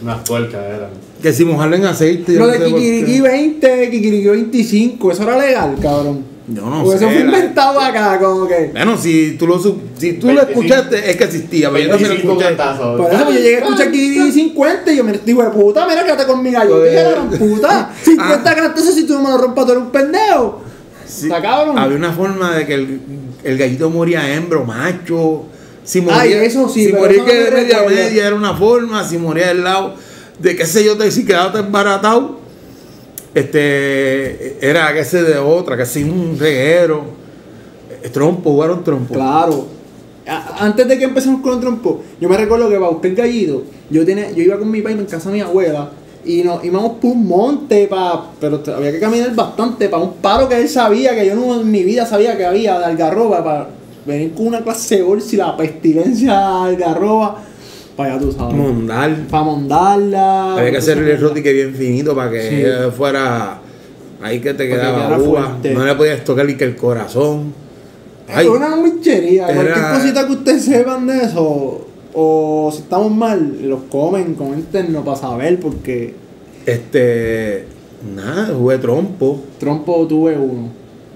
E: Unas tuercas eran.
D: Que si mojarlo en aceite. yo
C: Lo
D: no
C: de
D: sé por qué.
C: Kikiriki 20, Kikiriki 25, eso era legal, cabrón.
D: Yo no
C: Porque
D: sé.
C: eso fue
D: la-
C: inventado acá, como que.
D: Bueno, si tú lo, su- si tú lo
E: 25.
D: escuchaste, es que existía. Pero yo también lo
E: 25
D: escuché.
E: cantazos.
C: Por eso pues, yo llegué a escuchar Kikiriki 50 y yo me digo, de puta, mira, quédate con mi gallo.
D: Joder. Ah.
C: Dije, gran puta, 50 entonces si tú no me lo rompas, tú eres un pendejo.
D: Sí.
C: Está cabrón.
D: Había una forma de que el, el gallito moría hembro, macho. Si moría,
C: Ay, eso sí,
D: si
C: pero
D: moría
C: eso no
D: que
C: me
D: de media
C: recuerda.
D: media era una forma, si moría del lado de qué sé yo, te, si quedaba tan baratado, este, era que sé de otra, que si un reguero. Eh, Trompo, jugaron trompo.
C: Claro. A- Antes de que empecemos con el trompo, yo me recuerdo que para buscar gallito, yo tenía, yo iba con mi padre en casa de mi abuela y nos íbamos por un monte pa, pero te- había que caminar bastante para un paro que él sabía, que yo no en mi vida sabía que había de algarroba, para venir con una clase de bolsa y la pestilencia de algarroba, para allá tú sabes.
D: Mondal.
C: Para mondarla.
D: Había que
C: tú sabes.
D: hacer el rotique bien finito para que
C: Sí.
D: eh, fuera ahí que te
C: Para que
D: quedaba
C: quedara
D: uva.
C: fuerte.
D: No le podías tocar ni que el corazón. Ay,
C: Es una bichería.
D: Era-
C: Cualquier cosita que ustedes sepan de eso, o si estamos mal, los comen, no para saber, porque
D: Este. Nada, jugué trompo.
C: trompo tuve uno.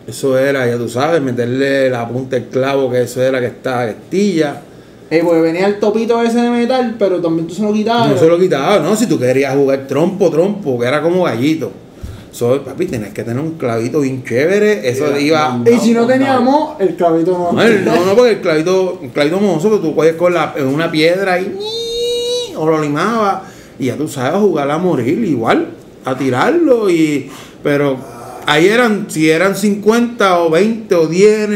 D: Eso era, ya tú sabes, meterle la punta al clavo, que eso era que estaba estilla.
C: Eh, porque venía el topito ese de metal, pero también tú se lo quitabas.
D: No se lo quitaba, ¿no? Si tú querías jugar trompo, trompo, que era como gallito. Eso, papi, tenías que tener un clavito bien chévere. Eso
E: Era
D: iba.
E: un
C: Y si no teníamos, el clavito no.
D: No, el- no, no, porque el clavito, el clavito mojoso que tú cogías con la, en una piedra y ¡ñi! o lo limaba y ya tú sabes jugar a morir igual, a tirarlo y pero ahí eran, si eran 50 o 20 o 10,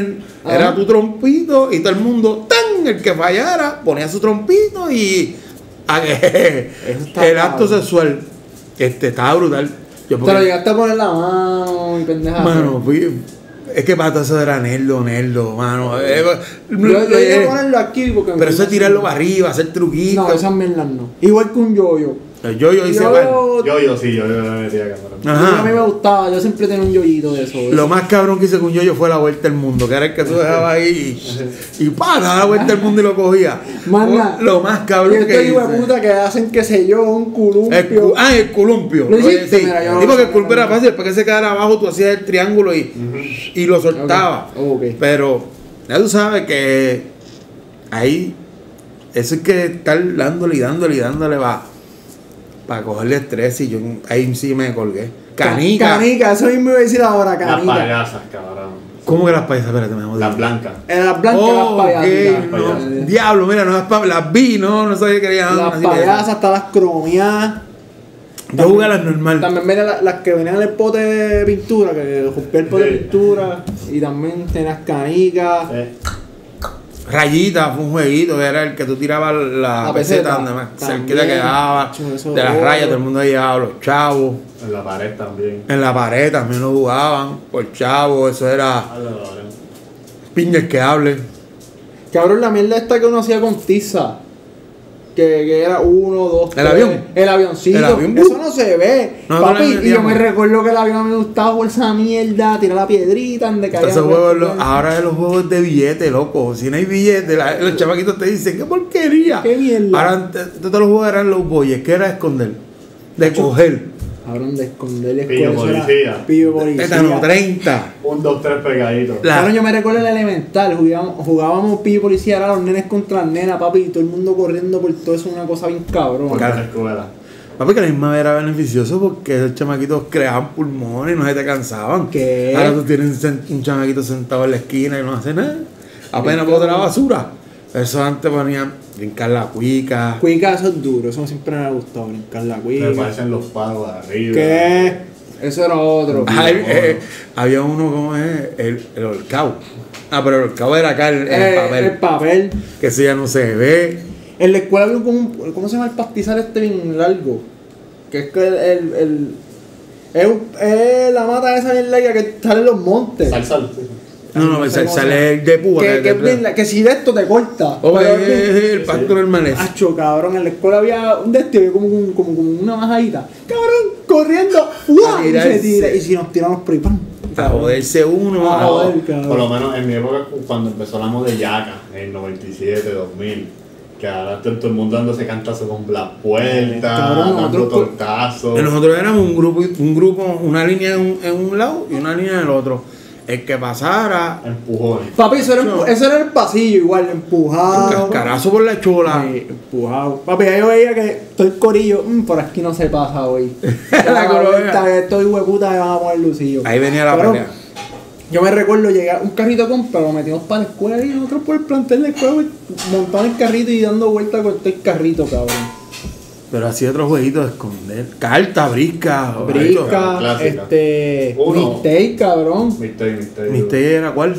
D: era
C: Ah.
D: tu trompito y todo el mundo, tan el que fallara, ponía su trompito y a que-
C: está
D: el acto
C: cabrón.
D: sexual este estaba brutal. Yo
C: Te lo
D: porque-
C: llegaste a poner la mano y pendeja.
D: Mano, fui- es que para todo eso era nerdo, nerdo, mano. Eh,
C: yo,
D: lo-
C: yo
D: lo-
C: llegué
D: eh,
C: a ponerlo aquí porque.
D: pero eso es tirarlo para arriba, hacer
C: No,
D: truquitos.
C: esas mierdas no. Igual que un yoyo.
D: Yo, yo hice mal.
E: Yo, yo sí, yo, yo me metía cabrón.
C: A
D: Ajá.
C: mí me gustaba, yo siempre tenía un yoyito de eso.
D: Lo más cabrón que hice con yo, yo fue la vuelta al mundo, que era el que tú dejabas ahí y, y pa, daba la vuelta al mundo y lo cogía.
C: Más nada.
D: Lo más
C: Y
D: cabrón
C: estos
D: que
C: hijos de
D: hice.
C: puta que hacen, qué sé yo, un columpio.
D: El cu- ah, el columpio.
C: ¿Lo
D: Lo
C: hiciste?
D: sí.
C: Mira, yo no
D: Sí,
C: lo
D: porque
C: sabía,
D: el columpio era
C: no.
D: fácil, porque se quedara abajo, tú hacías el triángulo y, y lo soltabas.
C: Oh, Ok, ok.
D: Pero ya tú sabes que ahí eso es que estar dándole y dándole y dándole va para cogerle estrés y yo ahí sí me colgué.
C: Ca-
D: Canica.
C: Canica, eso mismo iba a decir ahora,
E: Las
C: canica.
E: payasas, cabrón.
D: ¿Cómo que las paisas? Espérate, me jodí.
E: Las blancas.
C: En las blancas,
D: Oh,
C: las payasas.
D: ok,
E: las
D: no.
E: payasas.
D: Diablo, mira, no es pa- las vi, no, no sabía que había
C: Las
D: así de esas.
C: payasas, hasta las cromeadas.
D: Yo jugué a las normales.
C: También venían la- las, que venían en el pote de pintura, que rompía el pote de
E: Sí.
C: pintura. Y también tenías canicas.
E: Eh,
D: Rayita fue un jueguito, era el que tú tirabas la,
C: La peseta,
D: peseta, donde más
C: también.
D: cerquita quedaba,
C: Chum, eso
D: de las
C: es
D: rayas,
C: oro.
D: todo el mundo llevaba los chavos,
E: en la pared también.
D: en la pared también lo jugaban, por chavos, eso era
E: Ah, lo- lo-
D: piñas que hable.
C: Cabrón, la mierda esta que uno hacía con tiza. Que, que era uno, dos,
D: ¿El avión?
C: El avioncito.
D: ¿El avión?
C: Eso no se ve.
D: Nosotros
C: Papi,
D: le
C: y yo
D: metíamos.
C: me recuerdo que el avión me gustaba por esa mierda. Tirar la piedrita, donde caía.
D: Entonces juegos, los- ahora es los juegos de billete, loco, si no hay billete, la- los chavaquitos te dicen, qué porquería.
C: Qué mierda.
D: Ahora antes, todos los juegos eran los boyes, que era esconder, de coger,
C: Cabrón, de esconderle
E: Pillo policía.
C: Pillo policía.
D: tétano 30.
E: Un, dos, tres pegaditos.
D: La-
C: Cabrón, yo me recuerdo en el elemental, jugábamos, jugábamos pillo policía, era los nenes contra las nenas, papi, y todo el mundo corriendo por todo eso, una cosa bien cabrón.
E: Por la escuela.
D: Papi, que la misma era beneficioso porque esos chamaquitos creaban pulmones y no se te cansaban.
C: ¿Qué?
D: Ahora tú tienes un sen- un chamaquito sentado en la esquina y no hace nada. Apenas bota la basura. Eso antes ponían brincar la cuica.
C: Cuica, eso es duro, eso siempre me ha gustado, brincar la
E: Me
C: cuica.
E: parecen los palos de arriba.
C: ¿Qué? Eso era otro.
D: Ay, eh, había uno, como es? El, el horcao. Ah, pero el horcao era acá el, el
C: Eh,
D: papel.
C: El papel.
D: Que eso ya no se ve.
C: En la escuela había un, como un- ¿cómo se llama el pastizal este bien largo? Que es que el, el, el- es, un- es la mata esa bien larga que está en los montes.
E: Salsal.
D: No, no,
C: No
D: el
C: sé cómo
D: sal-
C: se llama.
D: el de púa.
C: que,
D: de-
C: que,
D: de-
C: es bien la- que si de esto te corta.
D: Oh,
C: Pero
D: eh,
C: es bien-
D: eh, el pacto normal es.
C: Acho, cabrón, en la escuela había un destino como, un- como, como una majadita. Cabrón, corriendo, ¡guau! Y se
D: tirarse.
C: tira. Y si nos tiramos por ahí, ¡pam!
D: A joderse uno.
C: Ah,
D: a joder.
C: joder, cabrón.
E: Por lo menos en mi época, cuando empezó la moda de Yaka, en 97, 2000, que ahora está todo el mundo dándose cantazo con las puertas,
C: Eh, Cabrón,
E: dando
C: nosotros-
E: tortazos.
D: Eh, Nosotros éramos un grupo, un grupo, una línea en un, en un lado y una línea en el otro. El que pasara,
E: Empujones.
C: Papi, eso era, empu- eso era el pasillo igual,
D: un
C: empujado.
D: cascarazo por la chola.
C: Ay, empujado. Eh, Papi, ahí yo veía que todo el corillo, "Mm, por aquí no se pasa hoy.
D: La
C: la
D: corona.
C: corona. Estos hueputas me van a poner lucillo.
D: Ahí venía la
C: Cabrón,
D: pelea.
C: Yo me recuerdo llegar un carrito con, pero lo metimos para la escuela y nosotros por el plantel de la escuela pues, güey, montado en el carrito y dando vueltas con todo el carrito, cabrón.
D: Pero así otros jueguitos de esconder. Carta, brisca.
E: claro,
C: Brica,
E: clásica.
C: este.
E: Uno.
C: Mistake, cabrón.
E: Mistake, mistake.
D: ¿Miste era cuál?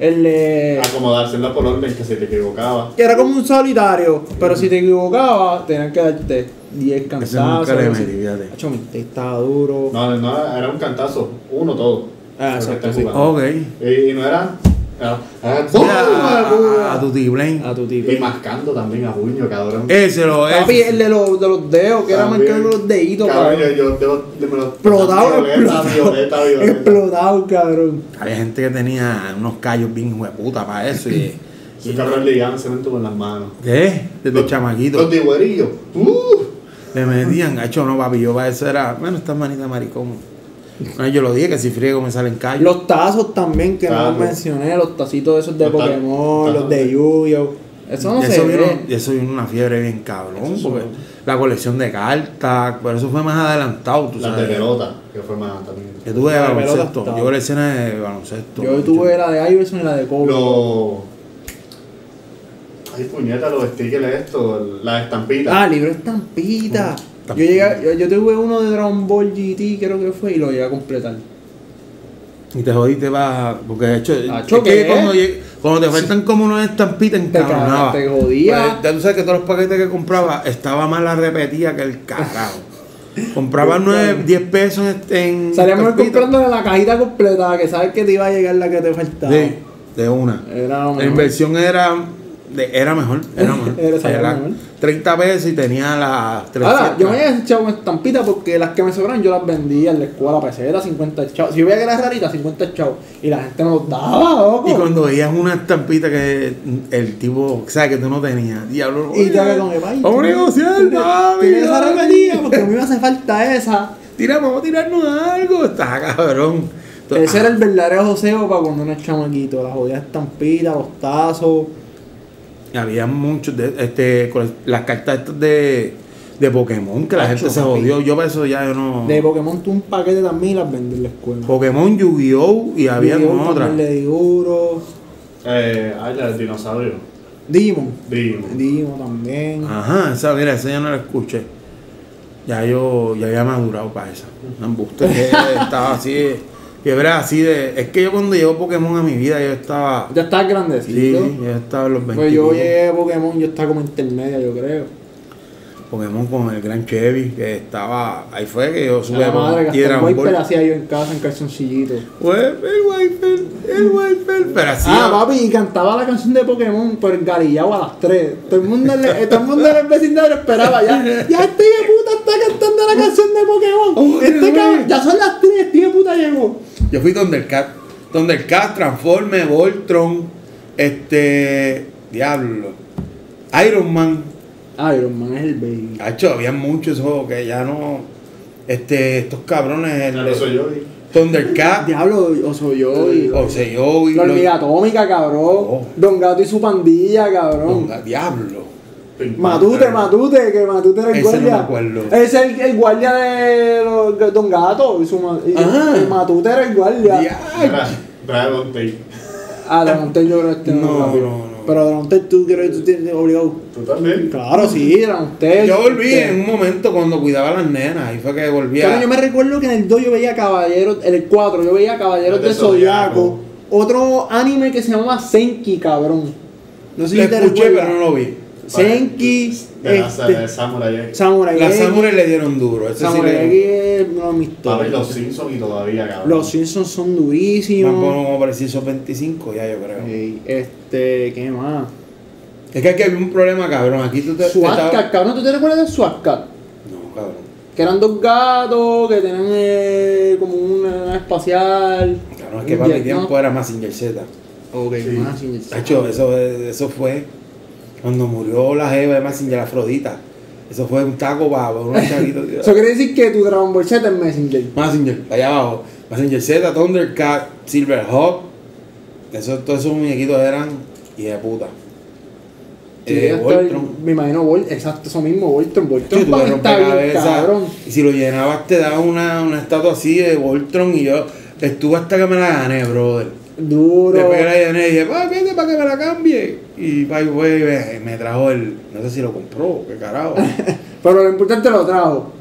C: El de.
E: Acomodarse en la por orden que se te equivocaba.
C: Era como un solitario, pero si te equivocabas, tenían que darte 10
D: Ese nunca le metí,
C: cantazos.
D: fíjate.
C: Hacho, Mistake estaba duro.
E: No, no, era un cantazo. Uno todo.
C: Ah,
E: Los que
C: exacto,
E: están
C: sí. Ah,
E: jugando.
D: Ok.
E: Y, y no era. era- era-
D: Mira, a, a, a tu
C: A tu tipo.
E: Y mascando también a puño, cabrón.
D: Ese lo es.
C: Papi, el de los, de los dedos, que Eh, era
E: También.
C: marcando los deditos,
E: Cabrón,
C: cabrón.
E: yo, yo, debo- de- me lo-
C: Explotado,
E: violeta, violeta,
C: explotado.
E: violeta.
C: Explotado, cabrón.
D: Había gente que tenía unos callos bien hueputa para eso. Y,
E: Ese cabrón le llegaban cemento con las manos.
D: ¿Qué? Desde
E: Los
D: chamaquito.
E: tigüerillos. ¡Uh!
D: Le metían, gacho, no, papi. Yo para eso era. Bueno, estas manitas de maricón. No, yo lo dije que si friego me salen callos.
C: Los tazos también, que no
E: Tazos.
C: los mencioné, los tacitos esos de
E: Los ta-
C: Pokémon,
E: tazos.
C: los de Yu-Gi-Oh! Eso no
D: eso,
C: se
D: vino,
C: ve.
D: eso vino una fiebre bien cabrón,
E: Eso
D: porque
E: son-
D: la colección de cartas, pero eso fue más adelantado, tú
E: Las de
D: sabes.
E: pelota, que fue más también.
D: Yo tuve de
C: La de pelota
D: baloncesto,
C: estaba.
D: yo coleccioné de baloncesto.
C: Yo tuve la de Iverson y la de Kobe.
E: Los. Ay, puñeta, los stickers estos, las estampitas.
C: Ah, libro estampita.
D: Mm,
C: Yo, llegué, yo, yo tuve uno de Dragon Ball GT, creo que fue, y lo llegué a completar.
D: Y te jodiste para... Porque de hecho,
C: Ah,
D: es
C: choque,
D: que
C: ¿eh?
D: cuando, lleg- cuando te faltan como unas estampitas en
C: Te cagas, te jodía.
D: ya tú sabes que todos los paquetes que compraba estaba más la repetida que el carajo. compraba 9, 10 pesos en
C: Salíamos
D: estampitas.
C: comprando la cajita completa, que sabes que te iba a llegar la que te faltaba.
D: de, de una.
C: Era lo
D: La
C: mejor.
D: inversión era, de- era mejor. Era mejor.
C: Era- era
D: Era
C: mejor.
D: 30 pesos y tenía las 300.
C: Ahora, yo me había echado con estampitas porque las que me sobraron yo las vendía en la escuela, peseta, 50 chavos. Si yo veía que era rarita, 50 chavos. Y la gente me los daba, loco.
D: Y cuando veías una estampita que el tipo, o sea, que tú no tenías, diablo.
C: Y te
D: oye,
C: haga con el país.
D: Vamos a negociar, papi.
C: Tienes esa
D: dale.
C: repetida porque a mí me hace falta esa.
D: Tira, vamos a tirarnos algo. Está cabrón. Entonces,
C: Ese era el verdadero joseo para cuando uno es chamaquito. Las jodidas estampitas, los tazos.
D: ah, Había muchos, de, este, con las cartas estas de, de Pokémon que la
C: Acho,
D: gente se
C: papi.
D: jodió. Yo para eso ya yo no.
C: De Pokémon tuve un paquete también y las vendí en la escuela.
D: Pokémon, Yu-Gi-Oh! y había
C: Digimon
D: otras.
C: también Le di duro.
E: Eh, ay, las de dinosaurio.
C: Digimon.
E: Digimon.
C: Digimon también.
D: Ajá, esa, mira, esa ya no la escuché. Ya yo ya había madurado para esa. No embuste, que estaba así, fiebre así de. Es que yo cuando llegó Pokémon a mi vida, yo estaba.
C: Ya estás
D: Sí,
C: grandecito.
D: yo estaba en los 20.
C: pues
D: y
C: yo
D: pico.
C: llegué a Pokémon, yo estaba como intermedia, yo creo.
D: Pokémon con el gran Chevy, que estaba. Ahí fue que yo subí
C: la
D: a
C: madre que
D: Pokémon.
C: hasta
D: Y
C: el
D: Dragon
C: wiper
D: Ball.
C: hacía yo en casa en calzoncillito.
D: Pues, el wiper, el wiper. Pero así.
C: ah, papi, y cantaba la canción de Pokémon por el garillao a las 3. Todo el mundo en el, todo el, mundo en el vecindario esperaba. Ya, ya este hijo de puta está cantando la canción de Pokémon.
D: Oh,
C: este
D: qué
C: cabrón,
D: bueno.
C: ya son las 3, este hijo de puta llegó.
D: Yo fui Thundercat. Thundercat, Transforme, Voltron, este. Diablo. Iron Man.
C: Ah, Iron Man es el baby.
D: Hacho, había muchos juegos que ya no. Este, estos cabrones, el
E: Ya no soy yo. y-
D: Thundercat,
C: Diablo, o soy yo. y-
D: o sea, yo y
C: La
D: los-
C: hormiga atómica, cabrón.
D: Oh.
C: Don Gato y su pandilla, cabrón.
D: Ponga, Diablo.
C: Matute, Matute, que Matute era el
D: Ese no me
C: guardia.
D: acuerdo.
C: Es el, el guardia de los- de Don Gato. Y su, ma- y-
D: Ajá.
C: y Matute era el guardia.
E: Bra- Dragon Tail.
C: Ah, de Montel yo creo que este no,
D: No,
C: papi.
D: no, no.
C: Pero de Montel tú creo que tú tienes obligado.
E: Tú también.
C: Claro, sí, de Montel.
D: Yo volví
C: este.
D: en un momento cuando cuidaba a las nenas, ahí fue que volví
C: Claro,
D: a...
C: yo me recuerdo que en el 2 yo veía Caballeros, en el 4 yo veía Caballeros
E: De
C: de Zodiaco.
E: Zodiaco.
C: Otro anime que se llamaba Senki, cabrón. No sé
D: Lo
C: si te
D: escuché,
C: recuerdas.
D: pero no lo vi.
C: Senki,
E: De la
C: este,
E: de Samurai X.
C: Samurai
D: Las
C: X.
D: Samurai le dieron duro. Ese sí
C: Samurai
D: le...
C: X es uno de mis top.
E: Papi, los Simpsons y todavía, cabrón.
C: Los Simpsons son
D: Más
C: durísimos.
D: bueno como para esos 25 ya, yo creo.
C: Ey, este, ¿qué más?
D: Es que aquí había un problema, cabrón. Aquí tú te... te
C: Swatcat,
D: estabas-
C: cabrón, ¿tú te recuerdas de Swatcat?
D: No, cabrón.
C: Que eran dos gatos que tenían eh, como una nave espacial.
D: Cabrón, es que
C: Un
D: para mi
C: jet,
D: tiempo
C: ¿no?
D: era más sin Z.
C: Ok,
E: Sí.
C: más sin el-
D: Tacho, eso, eso fue cuando murió la jeva de Massinger, Afrodita. Eso fue un taco babo, unos chavitos.
C: Eso quiere decir que tu Dragon Ball Z es Messenger.
D: Massinger, allá abajo. Massinger Z, Thundercat, Silverhawk. Eso, todos esos muñequitos eran y de puta.
C: Sí,
D: eh,
C: hasta
D: Voltron.
C: el- me imagino Voltron, exacto, eso mismo, Voltron. Voltron
D: Tú
C: para
D: te
C: mí
D: rompes
C: está
D: la
C: bien,
D: cabeza.
C: cabrón.
D: Y si lo llenabas, te daba una, una estatua así de Voltron. Y yo estuve hasta que me la gané, brother.
C: Duro.
D: Después que la llené, dije, va, vete para que me la cambie. Y va, y fue, y me, me trajo el. No sé si lo compró, qué carajo.
C: Pero lo importante lo trajo.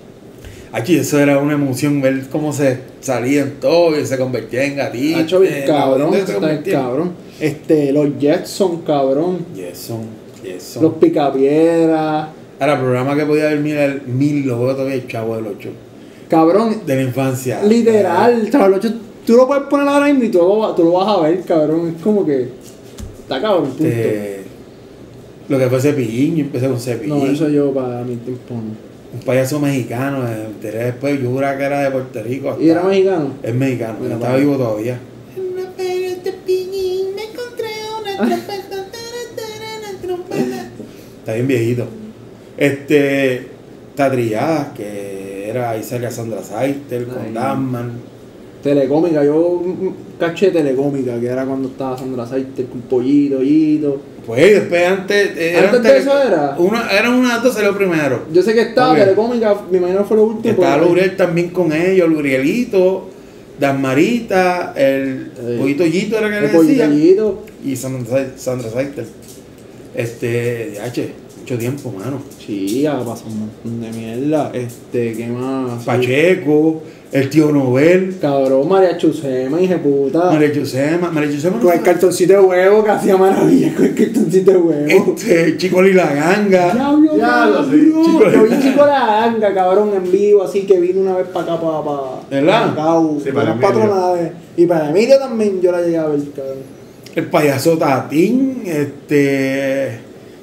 D: Aquí eso era una emoción ver cómo se salían todos y se convertía en gatito.
C: Hacho bien,
D: en-
C: cabrón.
D: se
C: Está bien,
D: convertía en-
C: cabrón. Este, los Jetson, cabrón.
D: Y eso, y eso.
C: Los Picapiedras.
D: Ahora, programa que podía ver mil, mil lo veo todavía el chavo del 8.
C: Cabrón,
D: De la infancia.
C: literal, Chavo del Ocho, Tú lo puedes poner ahora mismo y tú lo, va- tú lo vas a ver, cabrón. Es como que. Está cabrón, punto.
D: Este, lo que fue Cepillín, yo empecé con Cepillín.
C: no, eso yo para mi tiempo no.
D: Un payaso mexicano, me enteré después, yo juraba que era de Puerto Rico. hasta-
C: ¿Y era mexicano?
D: Es mexicano,
C: Mira,
D: estaba
C: papá.
D: vivo todavía. Está bien viejito. Este. Tadrilladas, que era ahí salía Sandra Saitel
C: Ay.
D: con Damman.
C: Telecómica, yo mm, caché Telecómica, que era cuando estaba Sandra Saiter con Pollito, Ollito.
D: Pues después antes. eh, eran
C: ¿Antes de
D: tele-
C: eso era?
D: Una, era un dato, salió primero.
C: Yo sé que estaba
D: Ok.
C: Telecómica, me imagino fue lo último.
D: Estaba
C: porque-
D: Luriel también con ellos, Lurielito, Dasmarita, el
C: Sí.
D: Pollito Yito era que
C: el
D: le
C: Pollito,
D: decían.
C: Ollito.
D: y Sandra, Sandra Saiter. Este, DH, mucho tiempo, mano.
C: Sí, ya pasó un montón de mierda. Este, ¿qué más?
D: Pacheco, el tío Nobel,
C: Cabrón, María Chusema, hija de puta.
D: María Yusema, María Yusema,
C: Ah. Con el cartoncito de huevo que hacía maravillas con el cartoncito de huevo.
D: este, Chico Lila Ganga,
C: Diablo,
E: Diablo, sí,
C: cabrón.
D: chico.
C: Yo vi chico la anga, cabrón, en vivo, así que vino una vez para acá, para. Pa,
D: ¿Verdad?
C: pa Macao,
E: Sí,
C: para
E: para
C: las
E: Emilio.
C: patronales. Y para Emilio también yo la llegué a ver, cabrón.
D: el payaso Tatín, este,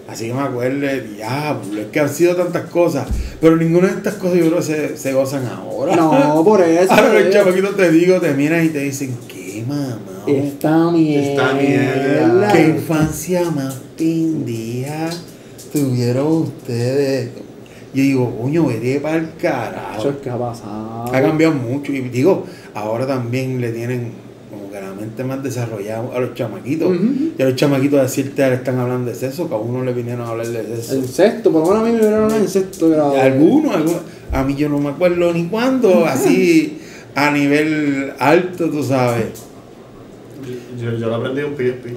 D: así que me acuerdo, diablo, es que han sido tantas cosas, pero ninguna de estas cosas yo creo que se, se gozan ahora.
C: No, pues, eh. por eso.
D: Ahora
C: por
D: los
C: eso.
D: chamaquitos te digo, te miran y te dicen, qué mamá,
C: Esta mierda.
E: Esta mierda.
D: qué infancia más tindía tuvieron ustedes. Yo digo, coño, vete para el
C: Eso
D: carajo.
C: es que ha pasado.
D: Ha cambiado mucho y digo, ahora también le tienen como que la mente más desarrollada a los chamaquitos.
C: Ujú.
D: Y a los chamaquitos de cierta edad le están hablando de sexo, que a uno le vinieron a hablar de sexo.
C: El sexto, por lo menos a mí me vieron en el sexto grado.
D: Algunos, algunos- a mí yo no me acuerdo ni cuándo, así a nivel alto, tú sabes,
E: Yo, yo lo aprendí en un PSP.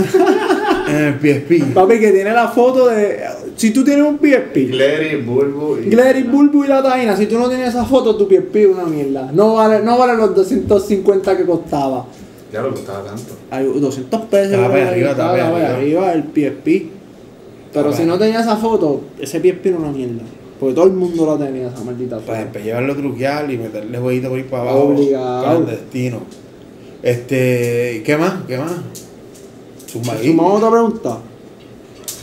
D: en el PSP.
C: Papi, que tiene la foto de. Si tú tienes un PSP,
E: Glary, Bulbo y.
C: Glary, Bulbo y la Taina, si tú no tienes esa foto, tu PSP es una mierda. No vale, no vale los 250 que costaba.
E: Ya lo costaba tanto.
C: Hay 200 pesos.
D: Estaba para
C: era
D: arriba,
C: que
D: estaba para
C: estaba para
D: arriba.
C: arriba el PSP. Pero
D: Estaba
C: si no tenía esa foto, ese PSP era una mierda. Porque todo el mundo la tenía, esa maldita foto.
D: Para después llevarlo a truquear y meterle huevito por ahí para abajo.
C: Obligado.
D: Clandestino. Este, ¿qué más? ¿Qué más? Zumba ahí.
C: Sumamos otra pregunta.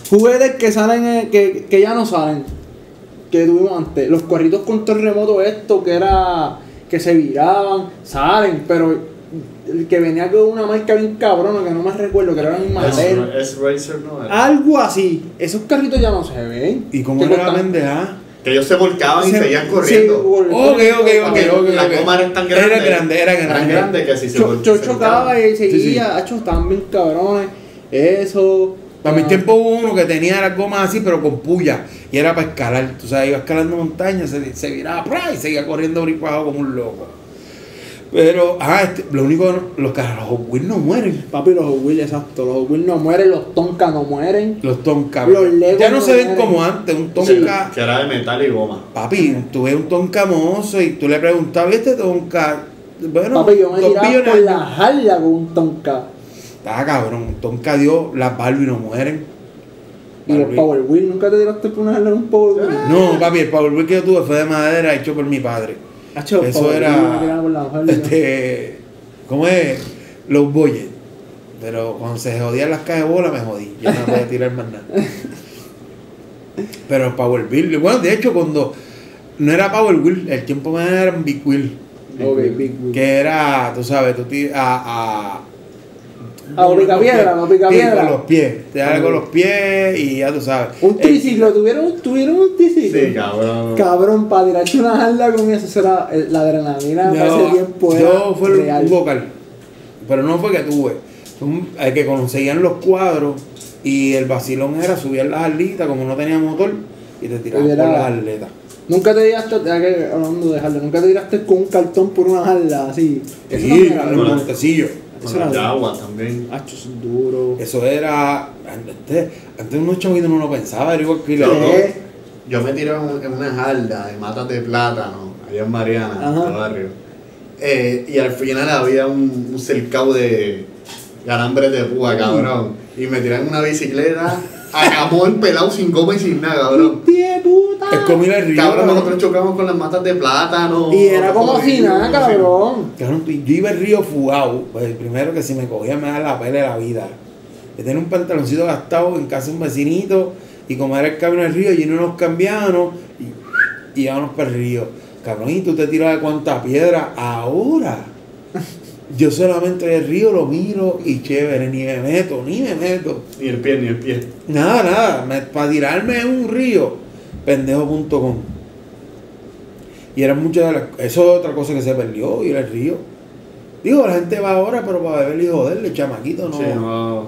C: Juguetes que salen, eh, que, que ya no salen, que tuvimos antes. Los carritos con terremoto esto, que era, que se viraban, salen, pero el que venía con una marca bien cabrona, que no me recuerdo, que era en Mattel.
E: Es Racer no era.
C: Algo así. Esos carritos ya no se ven.
D: ¿Y cómo
C: Que
D: era la
C: costan-
D: pendeja?
E: Que ellos se volcaban y
C: se-
E: seguían
C: sí,
E: corriendo.
D: Ok,
C: volcaban.
D: ok, ok,
E: Porque
D: ok.
E: la
D: ok.
E: coma era tan grande.
D: Era grande, era
E: Tan
D: grande.
E: grande que si se
C: Yo,
E: vol-
C: yo
E: se
C: chocaba
E: volcaban.
C: y
D: Sí, sí.
C: seguía, hacho, estaban bien cabrones. Eso, ah,
D: Para mis tiempos hubo uno que tenía las gomas así, pero con puya. Y era para escalar. Tú sabes, iba escalando montañas, se, se viraba ¡pra! y seguía corriendo brincado como un loco. Pero, ah, este, lo único, que no- los carros Hot Wheels no mueren.
C: Papi, los Hot Wheels, exacto. Los Hot Wheels no mueren, los Tonka no mueren.
D: Los Tonka.
C: Los Lego
D: ya no,
C: no
D: se ven
C: mueren.
D: como antes. Un Tonka.
E: Que era de metal y goma.
D: Papi, tú ves un tonca mozo y tú le preguntabas, ¿este tonca? Bueno,
C: Papi, yo me
D: dos
C: tiraba por
D: billones.
C: la jarla con un Tonka.
D: Ah, cabrón, un tonca dio, las Barbie no mueren.
C: Y los
D: Barbie.
C: Power Wheel, ¿nunca te tiraste por una jarla con un Power Wheel?
D: No, papi, el Power Wheel que yo tuve fue de madera hecho por mi padre.
C: Hacho, los
D: Eso
C: Power Wheel,
D: era-
C: yo me tiraba por la jarla.
D: Este, ¿cómo es? Los boyes. Pero cuando se jodían las cajas de bola me jodí. Yo no podía tirar más nada. Pero Power Wheel, bueno, de hecho cuando no era Power Wheel, el tiempo más era un Big Wheel.
C: Ok, Big Wheel.
D: Que era, tú sabes, tú ti- a. a
C: A pica Ah, piedra, no pica
D: Sí,
C: piedra.
D: Con los pies, te da con los pies y ya tú sabes.
C: Un
D: Eh,
C: triciclo, ¿tuvieron, tuvieron un triciclo?
E: Sí, cabrón.
C: Cabrón, para tirarte una jarla con eso, eso era el- la adrenalina para
D: yo,
C: ese tiempo.
D: yo
C: era
D: fue
C: real.
D: un vocal, pero no fue que tuve. Un- el que conseguían los cuadros y el vacilón era subir las aletas, como no tenía motor, y te tiraban
C: Y era-
D: por las aletas.
C: Nunca te tiraste, ya que hablando de jarla, nunca te tiraste con un cartón por una jarla así. Eso
D: Sí,
C: no era
D: en los
E: bueno.
D: montecillos.
C: Eso
E: Con
C: era
E: las de
C: duro.
E: agua también.
C: Hacho, eso es duro.
D: Eso era. Antes, antes unos chavitos no lo pensaba, era igual que la-
C: ¿Qué?
E: Yo me tiré en en una jarda de matas de plátano, allá en Mariana, en
C: Ajá.
E: el barrio. Eh, y al final había un, un cercado de de alambres de púa, cabrón. Y me tiré en una bicicleta, acabó el pelado sin goma y sin nada, cabrón.
C: ¡Pie puta!
D: Es como ir al río.
E: Cabrón,
D: cabrón.
E: nosotros chocamos con las matas de plátano.
C: Y era como si
E: corrimos,
C: nada,
E: sí.
C: cabrón.
D: Cabrón, yo iba al río fugado, pues el primero que si me cogía me da la pela de la vida. Yo tenía un pantaloncito gastado en casa de un vecinito y como era el camino del río, yo no nos cambiábamos y, y íbamos para el río. Cabrón, y tú te tiras de cuánta piedra ahora. Yo solamente el río lo miro y chévere, ni me meto, ni me meto.
E: Ni el pie, ni el pie.
D: Nada, nada. me- para tirarme en un río, pendejo.com. Y eran muchas de las. Eso es otra cosa que se perdió, ir al río. Digo, la gente va ahora, pero para beber y joderle, chamaquito no.
E: Sí, no.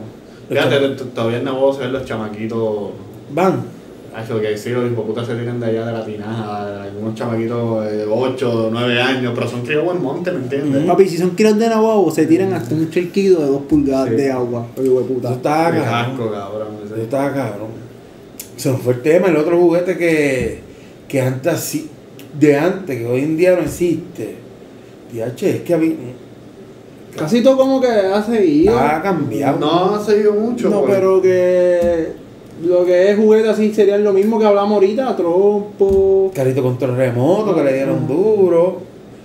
E: Fíjate, t- todavía en Navojo se ven los chamaquitos.
D: Van.
E: Eso que sí, los hijoputas se tiran de allá de la tinaja, algunos chamaquitos de 8, 9 años, pero son críos buen monte, ¿me entiendes?
C: Papi, si son kilos de navajo, se tiran hasta un charquito de dos pulgadas de agua. Oye, hue
D: Eso
C: puta.
D: estaba
E: Qué
D: cabrón.
E: asco, cabrón.
D: Eso estaba cabrón. Se nos fue el tema, el otro juguete que, que antes así, de antes, que hoy en día no existe. Diache, es que había,
C: Casi todo como que ha seguido.
D: ha cambiado.
E: No ha seguido mucho.
C: No,
E: pues.
C: pero que lo que es juguete así sería lo mismo que hablamos ahorita, trompo.
D: Carrito control remoto, que le dieron duro.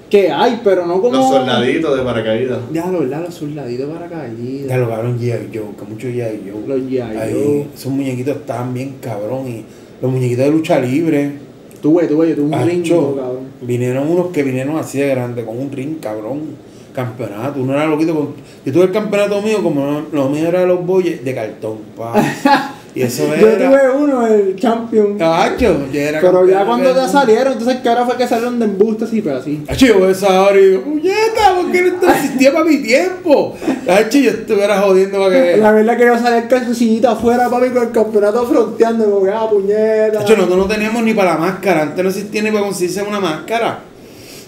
C: Que hay, pero no como.
E: Los soldaditos de paracaídas.
C: Ya, lo verdad, los soldaditos para caída.
D: Ya lo cabrón G.I. Joe, que mucho G.I. Joe.
C: Los G.I.
D: Ahí,
C: Joe.
D: Esos muñequitos están bien cabrón. Y los muñequitos de lucha libre.
C: Tú, güey, tú, güey, tú un
D: macho,
C: gringo, cabrón.
D: vinieron unos que vinieron así de grande, con un ring, cabrón. Campeonato. Uno era loquito con. Yo tuve el campeonato mío, como no- lo mío era los boyes, de cartón, pa. y eso
C: Yo
D: era.
C: tuve uno, el champion.
D: Cacho, yo era
C: pero ya
D: campeón
C: cuando
D: del
C: ya
D: mundo.
C: salieron, entonces que ahora fue que salieron de embuste así, pero así.
D: Hacho, yo veo esa hora y digo, puñeta, ¿por qué no esto existía para mi tiempo? Hacho, yo estuviera jodiendo para que.
C: La verdad que yo salí calzoncillito afuera, papi, con el campeonato fronteando, como que ah, puñeta.
D: Nacho, nosotros no teníamos ni para la máscara. Antes no existía ni para conseguirse una máscara.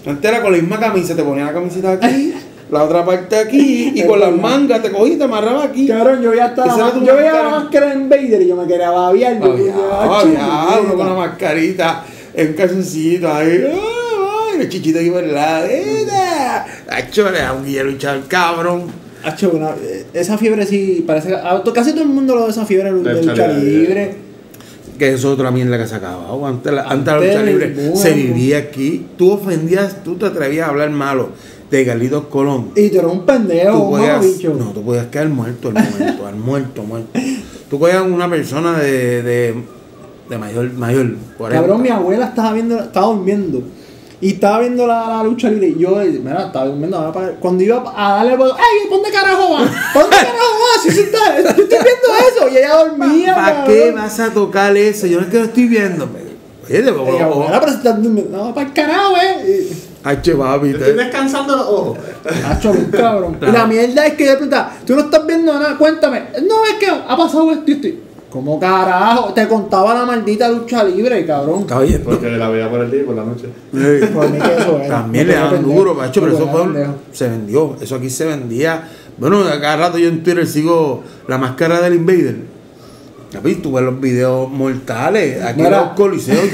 D: Antes era con la misma camisa. Te ponía la camiseta aquí, la otra parte aquí, y con las mangas te cogí y te amarraba aquí.
C: Cabrón, yo veía hasta la
D: Esa era
C: ma-
D: tu
C: Yo veía la
D: máscara.
C: máscara en Vader y yo me quería babiar. yo,
D: Había,
C: puñeta,
D: había, uno Ah, con
C: puñeta.
D: la mascarita, en un calzoncito ahí. Ah, Ay, el chichito ahí verdad. Nacho, le da un guía luchar, cabrón.
C: Hacho, una- eh, esa fiebre sí, parece que a- casi todo el mundo lo de esa fiebre del
E: Del
C: del lucha
E: lucha libre.
D: eh,
C: libre.
D: Que eso es otra mierda que se acababa. Antes la, antes la
C: Antes
D: lucha libre
C: ninguna,
D: se
C: po.
D: vivía aquí. Tú ofendías, tú te atrevías a hablar malo de Galitos Colón.
C: Y tú eres un pendejo,
D: tú
C: un
D: podías,
C: mamabicho.
D: no, tú podías quedar muerto al momento, al muerto, muerto. Tú cogías una persona de, de, de mayor, mayor, 40.
C: Cabrón, mi abuela estaba viendo, estaba durmiendo. Y estaba viendo la, la lucha libre. Y yo, eh, mira, estaba durmiendo. ahora para- cuando iba a darle el botón, ¡ay, ponte carajo va! ¡Ponte carajo va! Si se está, yo estoy viendo eso. Y ella dormía.
D: ¿Para
C: cabrón.
D: qué vas a tocar eso? Yo no es que lo estoy viendo. Oye, de-
C: Y mi
D: o-
C: abuela, pero si estás durmiendo. No, para el carajo, eh.
D: H, papi.
E: Estoy
D: te-
E: descansando los ojos.
C: Nacho, un cabrón. Y la mierda es que yo preguntaba, tú no estás viendo nada, cuéntame. No, es que ha pasado esto y esto. Como carajo, te contaba la maldita lucha libre, cabrón.
D: Está bien.
E: Porque la veía por el día y por la noche.
C: Por mí que eso era.
D: También
C: Me
D: le
C: quedé
D: dan
C: pendejo.
D: duro, macho, pero
C: Me
D: eso
C: quedé
D: fue-
C: pendejo.
D: se vendió. Eso aquí se vendía. Bueno, a cada rato yo en Twitter sigo la máscara del Invader. Papi, tú ves los videos mortales. Aquí
C: Mira,
D: los coliseos.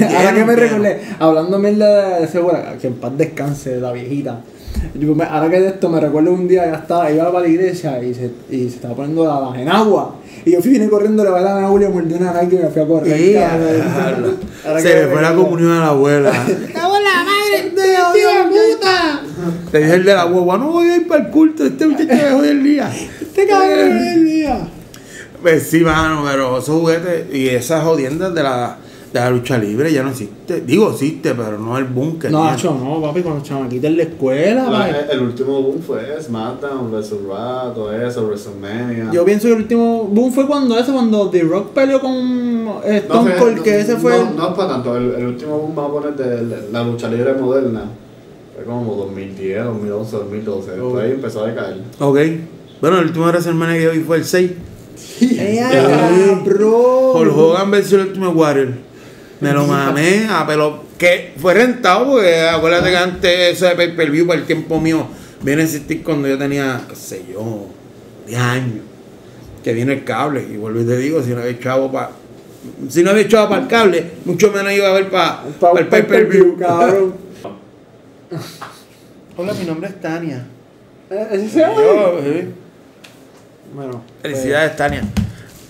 C: Ahora que
D: llenos,
C: me
D: llenos.
C: recordé, hablando mierda de segura, que en paz descanse la viejita. Yo me- ahora que de esto me recuerdo un día, ya estaba, iba para la iglesia y se, y se estaba poniendo la, la enagua. Y yo fui vine corriendo, le bailé a la Julia, mordí una nalga y me fui a correr.
D: Sí,
C: cabrón.
D: diablo.
C: Ahora que
D: Se le
C: me
D: fue la
C: recuerdo.
D: comunión a la abuela.
C: ¡Cago en la madre! ¡Tío puta!
D: Te dije el de la guagua, no voy a ir para el culto, este muchacho me jode el día.
C: ¡Este
D: Eh,
C: cabrón es el día!
D: Pues sí, mano, pero esos juguetes y esas jodiendas de la, de la lucha libre ya no existe. Digo, existe, pero no el búnker.
C: No,
D: tío.
C: Nacho, no, papi, con los chamaquitos en la escuela,
E: La-
C: papi.
E: el último boom fue SmackDown, versus Raw, todo eso, WrestleMania.
C: Yo pienso que el último boom fue cuando eso, cuando The Rock peleó con eh,
E: No
C: Stone
E: fue-
C: Cold,
E: no-
C: que ese fue.
E: No, no es para tanto. El, el último boom, vamos a poner, de la- la lucha libre moderna. Fue como 2010, 2011, 2012.
C: Oh.
E: Después ahí empezó a decaer.
D: Ok. Bueno, el último WrestleMania que yo vi fue el 6.
C: ¡Ea,
D: Hulk
C: bro!
D: Hogan versus el último Warrior. Me lo mamé a pelo. Que fue rentado, porque acuérdate que antes eso de pay per view para el tiempo mío viene a existir cuando yo tenía, qué sé yo, 10 años. Que viene el cable. Y vuelvo y te digo, si no había chavo para. Si no había chavo para el cable, mucho menos iba a haber para
C: Pa-
D: el pay per view.
C: cabrón.
D: Hola, mi nombre es Tania.
C: Eh, ¿Ese se llama? Bueno. pues,
D: Felicidades, Tania.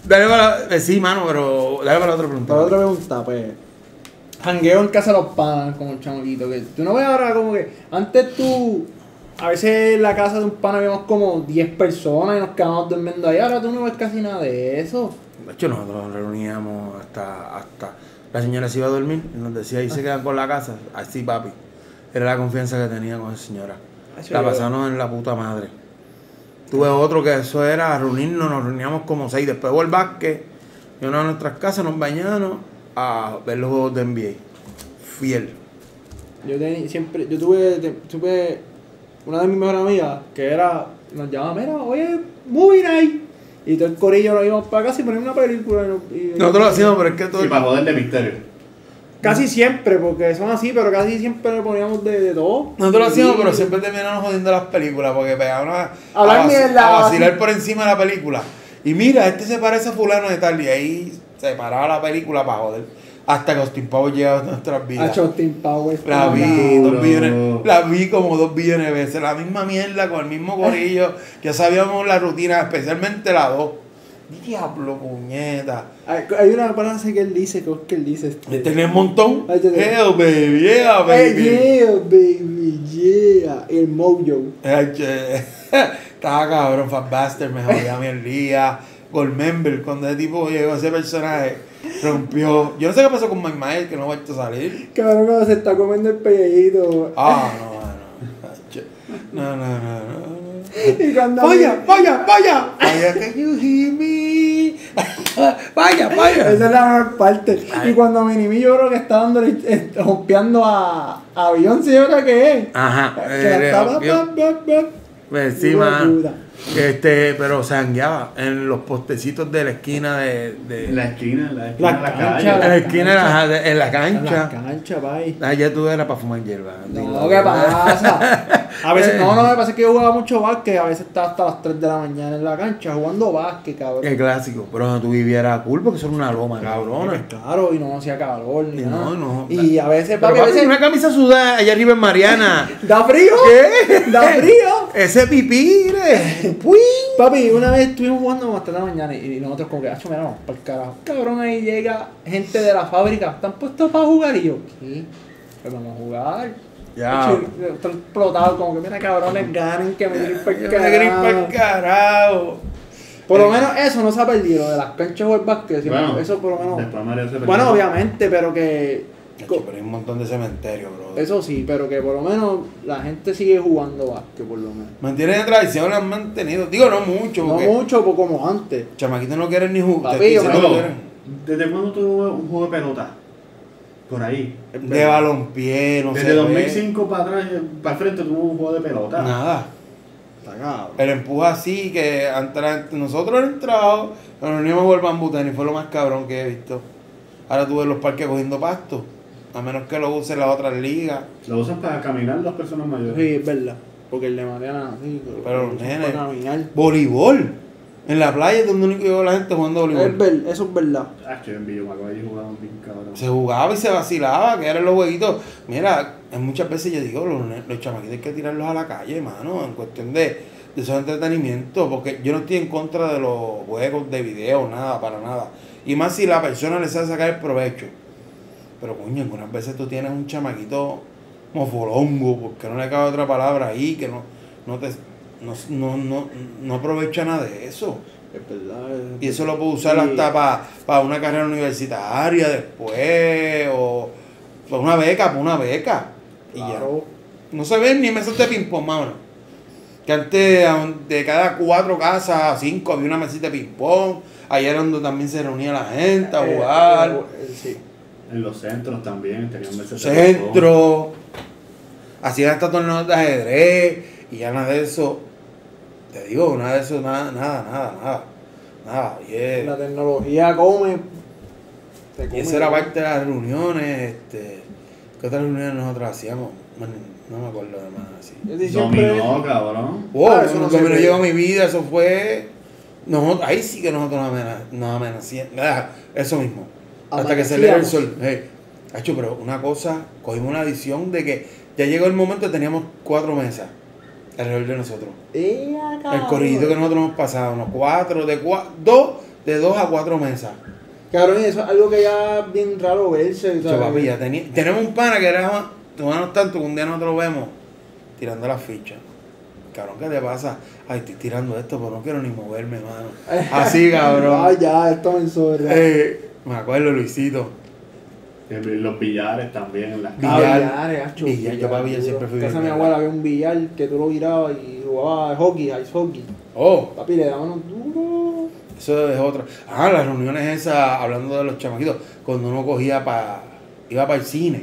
D: Dale para la. eh, Sí, mano, pero. Dale para la otra pregunta.
C: Para otra pregunta, pues. Jangueo en casa de los panas con el chamaquito. Que tú no ves ahora como que. Antes tú. A veces en la casa de un pana habíamos como 10 personas y nos quedábamos durmiendo ahí. Ahora tú no ves casi nada de eso.
D: De hecho, nosotros nos reuníamos hasta, hasta. La señora se iba a dormir y nos decía, ahí se quedan con la casa. Así, papi. Era la confianza que tenía con la señora.
C: Hacho,
D: La
C: yo-
D: pasamos en la puta madre. Tuve otro que eso era reunirnos, nos reuníamos como seis. Después del básquet, yo a nuestras casas, nos bañamos a ver los juegos de NBA. Fiel.
C: Yo teni- siempre, yo tuve, te- tuve una de mis mejores amigas que era, nos llamaba, mira, oye, movie night. Y todo el corillo lo íbamos para casa y poníamos una película. y no- y-
D: Nosotros lo hacíamos, pero es que todo.
E: Y para joder de misterio.
C: Casi siempre, porque son así, pero casi siempre le poníamos de, de todo.
D: Nosotros lo hacíamos,
C: Y-
D: pero siempre terminamos jodiendo las películas porque pegaban a, a
C: Hablar
D: vaci-
C: mierda,
D: a vacilar
C: vaci-
D: por encima de la película. Y mira, este se parece a fulano de tal y ahí se paraba la película para joder. Hasta que Austin Powers llegó a nuestras
C: A
D: vidas.
C: Justin Powers.
D: La vi,
E: Duro.
D: dos billones- la vi como dos billones de veces. La misma mierda con el mismo
C: Eh.
D: gorillo. Ya sabíamos la rutina, especialmente la dos. Diablo, puñeta.
C: Hay, hay una frase que él dice, que Oscar dice. este,
D: Tenía un montón.
C: Ay, yo te-
D: Hell, baby, yeah,
C: "Hey,
D: baby.
C: yeah, baby, yeah. El mojo.
D: Ay, che. Estaba cabrón, Fatbuster me jodía a mí el día. Goldmember, cuando ese tipo llegó, ese personaje rompió. Yo no sé qué pasó con Mike Myers, que no ha vuelto a salir.
C: Cabrón, cuando se está comiendo el pellejito.
D: Ah, no, no. Ay, che. No, no, no, no.
C: Y cuando
D: Vaya, vaya, vaya. Vaya, can you hear me? Vaya,
C: Esa
D: vaya.
C: es la mejor parte.
D: Ay.
C: Y cuando Minimi yo creo que está dándole, eh, jompeando a, a Beyoncé, yo creo que es.
D: Ajá. eh,
C: Que la está- ba, ba, ba, ba.
D: Encima,
C: Locura.
D: este, pero sangueaba en los postecitos de la esquina de. de-
E: En la esquina, en la
C: La
E: esquina, de la
C: cancha.
D: en
E: calle.
D: la esquina, de la- en la
C: En
D: cancha.
C: la cancha, bye.
D: Ah, ya tú eras para fumar hierba.
C: No, ¿qué pasa? A
D: Eh.
C: veces, no, no, me pasa que yo jugaba mucho básquet, a veces estaba hasta las 3 de la mañana en la cancha jugando básquet, cabrón.
D: El clásico. Pero no tú vivieras cool porque son una loma, cabrona.
C: Claro, y no hacía calor ni
D: Y
C: nada.
D: eh. no, no.
C: Y a veces,
D: Pero
C: papi, a
D: papi,
C: veces.
D: una camisa sudada allá arriba en Mariana.
C: ¡Da frío!
D: ¿Qué?
C: ¡Da frío!
D: Ese pipí, mire. ¡Puy!
C: Papi, una vez estuvimos jugando como hasta la mañana y y nosotros como que, acho, mira, vamos para el carajo. Cabrón, ahí llega gente de la fábrica, están puestos para jugar y yo, ¿qué? Pues vamos a jugar.
D: Ya.
C: Acho, Están explotados, como que, mira, cabrones, ganen, que me gripa
D: Yo
C: el
D: me gripa el
C: carajo.
D: carajo.
C: Por lo menos eso no se ha perdido, de las canchas o el básquet, siempre- eso por lo menos.
E: después María se
C: Bueno,
E: perdió.
C: obviamente, pero que...
D: Nacho, Pero hay un montón de cementerios, bro.
C: Eso sí, pero que por lo menos la gente sigue jugando básquet, por lo menos.
D: Mantienen la tradición, la han mantenido. Digo, no mucho,
C: No
D: porque
C: mucho, po- como antes.
D: chamaquitos no quieren ni jugar.
C: Papi, yo me-
D: Dicen que no
E: Saludos.
D: quieren.
E: ¿Desde cuándo tuvo un juego de pelota?
C: Por ahí.
D: De balompié, no
C: Desde
D: se ve.
C: 2005 para atrás, para frente tuvo un juego de pelota.
D: Nada.
C: Está cabrón.
D: El empuja así que entra- nosotros hemos entrado, nos reunimos por el bambú tenis, fue lo más cabrón que he visto. Ahora tú ves los parques cogiendo pasto, a menos que lo usen las otras ligas.
E: Lo usan para caminar las personas mayores.
C: Sí, es verdad. Porque el de Mariana, sí,
D: Pero los
C: para
D: nenes.
C: caminar.
D: Voleibol. En la playa es donde único que veo la gente jugando
C: Es
D: voleibol.
C: ver- eso es verdad.
E: Ah, yo en Villamarco ahí jugaban bien cabrón.
D: Se jugaba y se vacilaba, que eran los jueguitos. Mira, en muchas veces yo digo, los, ne- los chamaquitos hay que tirarlos a la calle, mano, en cuestión de, de esos entretenimientos, porque yo no estoy en contra de los juegos de video, nada, para nada. Y más si la persona le sabe sacar el provecho. Pero coño, algunas veces tú tienes un chamaquito mofolongo, porque no le cabe otra palabra ahí, que no, no te no, no, no, no aprovecha nada de eso.
C: Es verdad. es-
D: Y eso lo puedo usar
C: Sí.
D: hasta para una carrera universitaria después, o para una beca, para una beca.
C: Claro. Eh,
D: Y ya. No se ven ni mesas de ping-pong, mano. Que antes a un- de cada cuatro casas, cinco, había una mesita de ping-pong. Ahí era donde también se reunía la gente a
C: Eh,
D: jugar.
C: eh, sí.
E: En los centros también tenían veces de balcón.
D: centro. Hacían hasta torneos de ajedrez. Y ya nada de eso. Te digo, nada de eso, nada, nada, nada, nada. Nada, yeah.
C: La tecnología come. te
D: Eh. Y
C: come,
D: eso era
C: come.
D: parte de las reuniones, este. ¿Qué otras reuniones nosotros hacíamos? Bueno, no me acuerdo de más así.
C: Yo te siempre.
E: Dominó, cabrón.
D: Wow,
C: Eh, Ah, eso
D: eso
C: no
D: no
C: se ve.
D: llegó a mi vida, eso fue. Nosotros, ahí sí que nosotros nos amena- nos amenacíamos. eso mismo. Hasta que se le el sol. Eh, Hacho, pero una cosa, cogimos una visión de que ya llegó el momento, teníamos cuatro mesas alrededor de nosotros.
C: Ea,
D: El
C: cabrón.
D: corridito que nosotros nos pasábamos, cuatro, de cua- dos, de dos a cuatro mesas.
C: Cabrón, y eso es algo que ya es bien raro verse.
D: Yo,
C: ¿sabes?
D: papi, ya tenía- tenemos un pana que era tomanos tanto que un día nosotros lo vemos tirando las fichas. Cabrón, ¿qué te pasa? Ay, estoy tirando esto, pero no quiero ni moverme, mano. Así,
C: Ah,
D: cabrón.
C: ya, esto me sobra.
D: Eh, me acuerdo, Luisito.
E: En los billares también, en las
D: Billar.
C: Ah, billares, hacho,
D: Billar, yo para billar siempre fui
C: En casa de mi
D: bien
C: abuela había un billar que tú lo girabas y jugaba hockey, ice hockey.
D: Oh,
C: Papi, le daban un duro.
D: eso es otra. Ah, las reuniones esas, hablando de los chamaquitos, cuando uno cogía para. iba para el cine,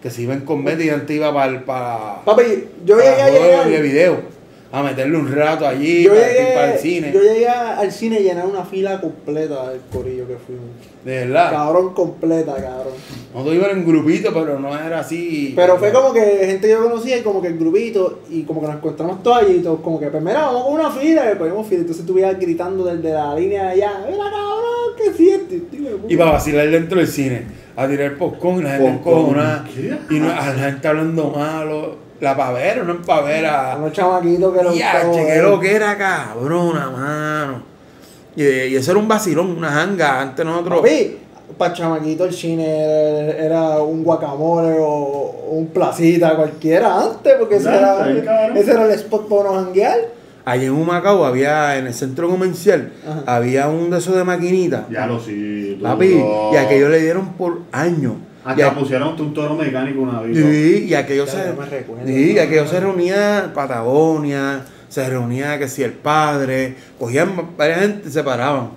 D: que se iba en convento y antes iba para. para
C: Papi, yo llegué a
D: de
C: llegar.
D: video. A meterle un rato allí,
C: Yo
D: para, ir para el
C: llegué,
D: cine.
C: yo llegué al cine y llenar una fila completa del corillo que fuimos.
D: de verdad.
C: Cabrón completa, cabrón.
D: Nosotros íbamos en grupito, pero no era así.
C: Pero fue como que gente que yo conocía y como que el grupito y como que nos encontramos todos allí y todos como que, pues mira, vamos con una fila y cogimos fila. Entonces tú ibas gritando desde la línea de allá, mira cabrón, ¿qué sientes? tío de puta?"
D: Y para vacilar dentro del cine, a tirar popcorn y la gente
E: Popcorn.
D: encojonada.
E: ¿Qué?
D: Y no- a la gente hablando malo. La pavera, no en pavera.
C: Unos chamaquitos que los
D: Ya, che, que lo que era cabrona, mano. Y, y eso era un vacilón, una janga. Antes nosotros.
C: para chamaquito el cine era, era un guacamole o, o un placita cualquiera antes, porque ese,
E: No,
C: era,
E: está bien, cabrón.
C: ese era el spot para uno janguear.
D: Allí en Humacao había, en el centro comercial,
C: Ajá.
D: había un de esos de maquinita.
E: Ya lo sí. duro.
D: Papi, y aquello le dieron por años. Y
E: Hasta
D: a-
E: pusieron un toro mecánico una vez.
D: Sí, y aquello
C: Ya,
D: se,
C: yo me recuerdo.
D: sí, y aquello se reunía en Patagonia, se reunía que si el padre, cogían varias gente y se paraban.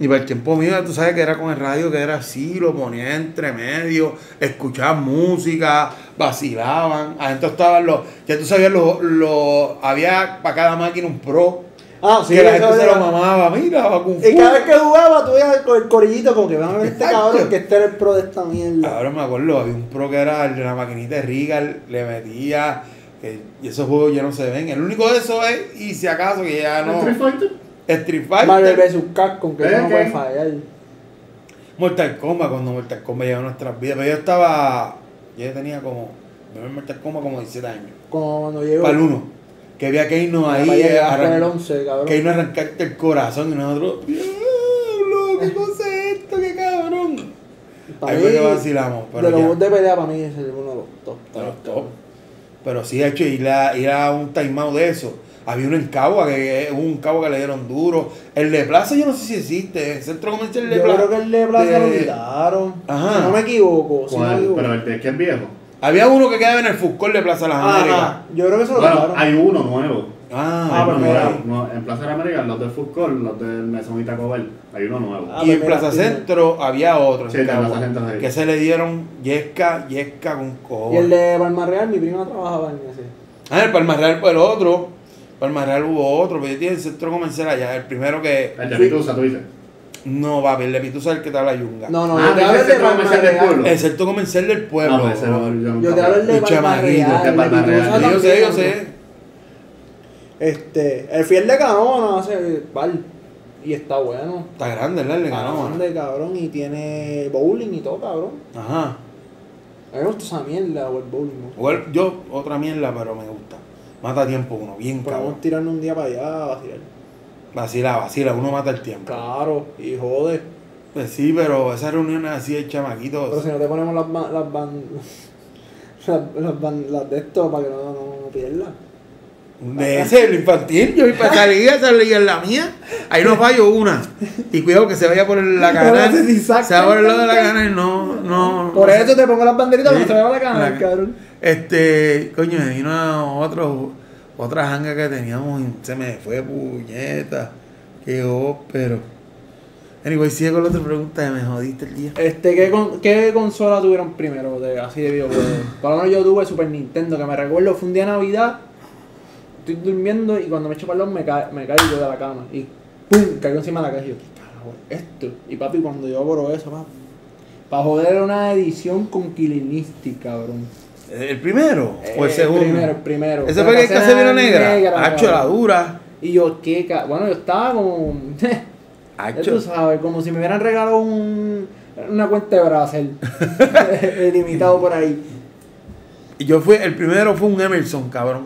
D: Y para el tiempo mío, ya tú sabes que era con el radio que era así, lo ponían entre medio, escuchaban música, vacilaban. Adentro estaban los, ya tú sabías, los, los, había para cada máquina un pro.
C: Ah,
D: que la
C: eso
D: gente se
C: era-
D: lo mamaba, mira, va Kung
C: Y
D: Fu.
C: cada vez que jugaba, tú veías el corillito como que van a ver este
D: Exacto.
C: cabrón que este era el pro de esta mierda.
D: Ahora me acuerdo, había un pro que era el de la maquinita de Regal, le metía. que- y esos juegos ya no se ven. El único de esos es, y si acaso que ya no.
E: Street Fighter.
D: Street
C: Marvel
D: Fighter,
C: vs. Capcom, que eso
E: Eh,
C: no puede
E: que-
C: fallar.
D: Mortal Kombat, cuando Mortal Kombat llegó a nuestras vidas. Pero yo estaba. Yo tenía como. Yo en Mortal Kombat como 17 años.
C: Cuando llegó
D: Para el 1. Que vi a Keino
C: para
D: ahí. eh,
C: llegar con el
D: arran-
C: 11, cabrón.
D: Keino arrancarte el corazón y nosotros. ¡Diablo! ¿Qué cosa es esto? ¡Qué cabrón!
C: Para
D: Ahí
C: mí,
D: fue que vacilamos. Pero
C: de los
D: ya.
C: juegos de pelea, para mí es el uno de los top.
D: De los top. Pero sí, de hecho, ir a, ir a un timeout de eso. Había uno en Cagua, que eh, hubo un Cagua que le dieron duro. El de Plaza, yo no sé si existe. El centro comercial de
C: Yo
D: Plaza.
C: creo que el de Plaza lo
D: de-
C: quitaron.
D: Ajá.
C: Si no me equivoco. Si no me
E: ¿Cuál?
C: equivoco.
E: Pero el de que es viejo.
D: Había uno que quedaba en el fútbol de Plaza Las Américas.
C: Ajá. Yo creo que eso lo
E: Bueno,
C: quitaron.
E: hay uno nuevo.
D: Ah,
C: pues
E: no,
C: mira.
E: no, en Plaza de América, los de Food Court, los del Mesón y Taco Bell, hay uno nuevo.
C: Ah,
D: y
C: pues
D: en
C: mira,
D: Plaza
C: sí.
D: Centro había otro en
E: Sí, en Plaza
D: Cagua,
E: Centro, sí.
D: que se le dieron yesca, yesca con
C: Y
D: cojones.
C: el de Palma Real, mi prima trabajaba en ese.
D: Ah, el Palma Real fue el otro. Palma Real hubo otro, pero yo tenía el centro comercial allá. El primero que.
E: El de Pitusa, tú dices.
D: No, va, el de Pitusa es el que está la yunga.
C: No, no,
E: Ah,
C: yo te
E: ese
C: hablo
E: es
C: de
E: el
C: Palma
E: comercial del
C: Real.
E: pueblo.
D: El centro comercial del pueblo.
E: No, Ah, pues, ese no, yo nunca
C: Yo te hablo del
E: fui.
C: de
D: El
C: Palma
D: chamaquito,
C: Real.
E: de Palma
C: el de
E: Real.
C: Mendoza
D: yo sé, yo
C: también.
D: sé.
C: Este, el fiel de Canona hace bar. Y está bueno.
D: Está grande, ¿verdad? Le ganó. ¿no?
C: Ah, Grande, cabrón. Y tiene bowling y todo, cabrón.
D: Ajá.
C: A mí me gusta esa mierda o el bowling, ¿no?
D: Igual, yo, otra mierda, pero me gusta. Mata tiempo uno, bien
C: Podemos
D: cabrón.
C: tirarnos un día para allá a vacilar.
D: Vacila, vacila, uno mata el tiempo.
C: Claro, y jode.
D: Pues sí, pero esas reuniones así de chamaquitos.
C: Pero si no te ponemos las ban- las ban- las, las, ban- las de esto para que no, no, no pierdas.
D: De ese, el infantil, yo para salir, salí en la mía. Ahí no fallo una. Y cuidado que se vaya por la canal.
C: haces
D: Se
C: exacto.
D: va por el lado de la canal. No, no.
C: Por eso te pongo las banderitas para
D: Sí.
C: que se me va la cara,
D: La-
C: cabrón.
D: Este, coño, me vino a otro, otra janga que teníamos y se me fue puñeta. Qué pero Anyway, sigue con la otra pregunta que me jodiste el día.
C: Este, ¿qué, con- ¿qué consola tuvieron primero de, así de videojuegos? Por lo menos yo tuve Super Nintendo, que me recuerdo, fue un día de Navidad, estoy durmiendo y cuando me echo palón me, ca- me caigo de la cama y ¡pum! caigo encima de la caja y yo, ¿qué carajo es esto? Y papi, cuando yo abro eso, papi, para joder era una edición con Killing Instinct, cabrón.
D: ¿El primero o el
C: Eh,
D: segundo?
C: Primero, el primero.
D: ¿Ese fue que el que se vino negra? Hacho, la
C: cabrón.
D: dura.
C: Y yo, ¿qué? ca- Bueno, yo estaba como... Ya
D: Hacho.
C: tú sabes, como si me hubieran regalado un, una cuenta de Brasil. limitado por ahí.
D: Y yo fui, el primero fue un Emerson, cabrón.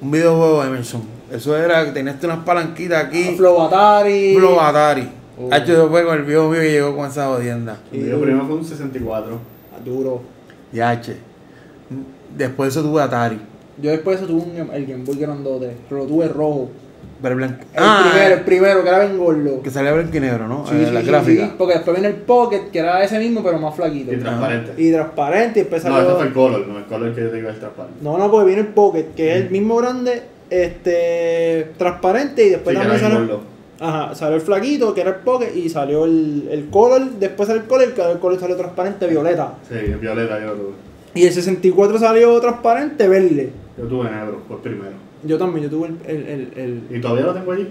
D: Un videojuego de Emerson. Eso era que tenías unas palanquitas aquí.
C: Flow Atari.
D: Flow Atari.
C: Oh.
D: Hacho, yo fue con el viejo mío y llegó con esa jodienda.
E: Yo primero fue un 64.
C: Ah, Duro.
D: Y H. Después de eso tuve Atari.
C: Yo después de eso tuve un, Game- el Game Boy grandote, pero lo tuve rojo.
D: Pero blanco.
C: El primero, el primero, que era bien gordo.
D: Ah, eh. Que salía blanco y negro, ¿no?
C: Sí,
D: Eh,
C: sí,
D: la
C: sí,
D: gráfica.
C: sí, porque después viene el Pocket, que era ese mismo, pero más flaquito.
E: Y transparente.
C: Y transparente, y después
E: No,
C: salió-
E: este fue el color, no, el color que yo te digo es transparente.
C: No, no, porque viene el Pocket, que
D: Mm.
C: es el mismo grande, este, transparente, y
E: Sí, que
C: después
E: era
C: también
E: bien
C: salió...
E: gordo.
C: Ajá, salió el flaquito, que era el pocket, y salió el, el color, después salió el color, que el color salió transparente, violeta.
E: Sí, el violeta yo lo tuve.
C: Y el 64 salió transparente, verde.
E: Yo tuve negro, por primero.
C: Yo también, yo tuve el... el, el, el...
E: ¿Y todavía lo tengo allí?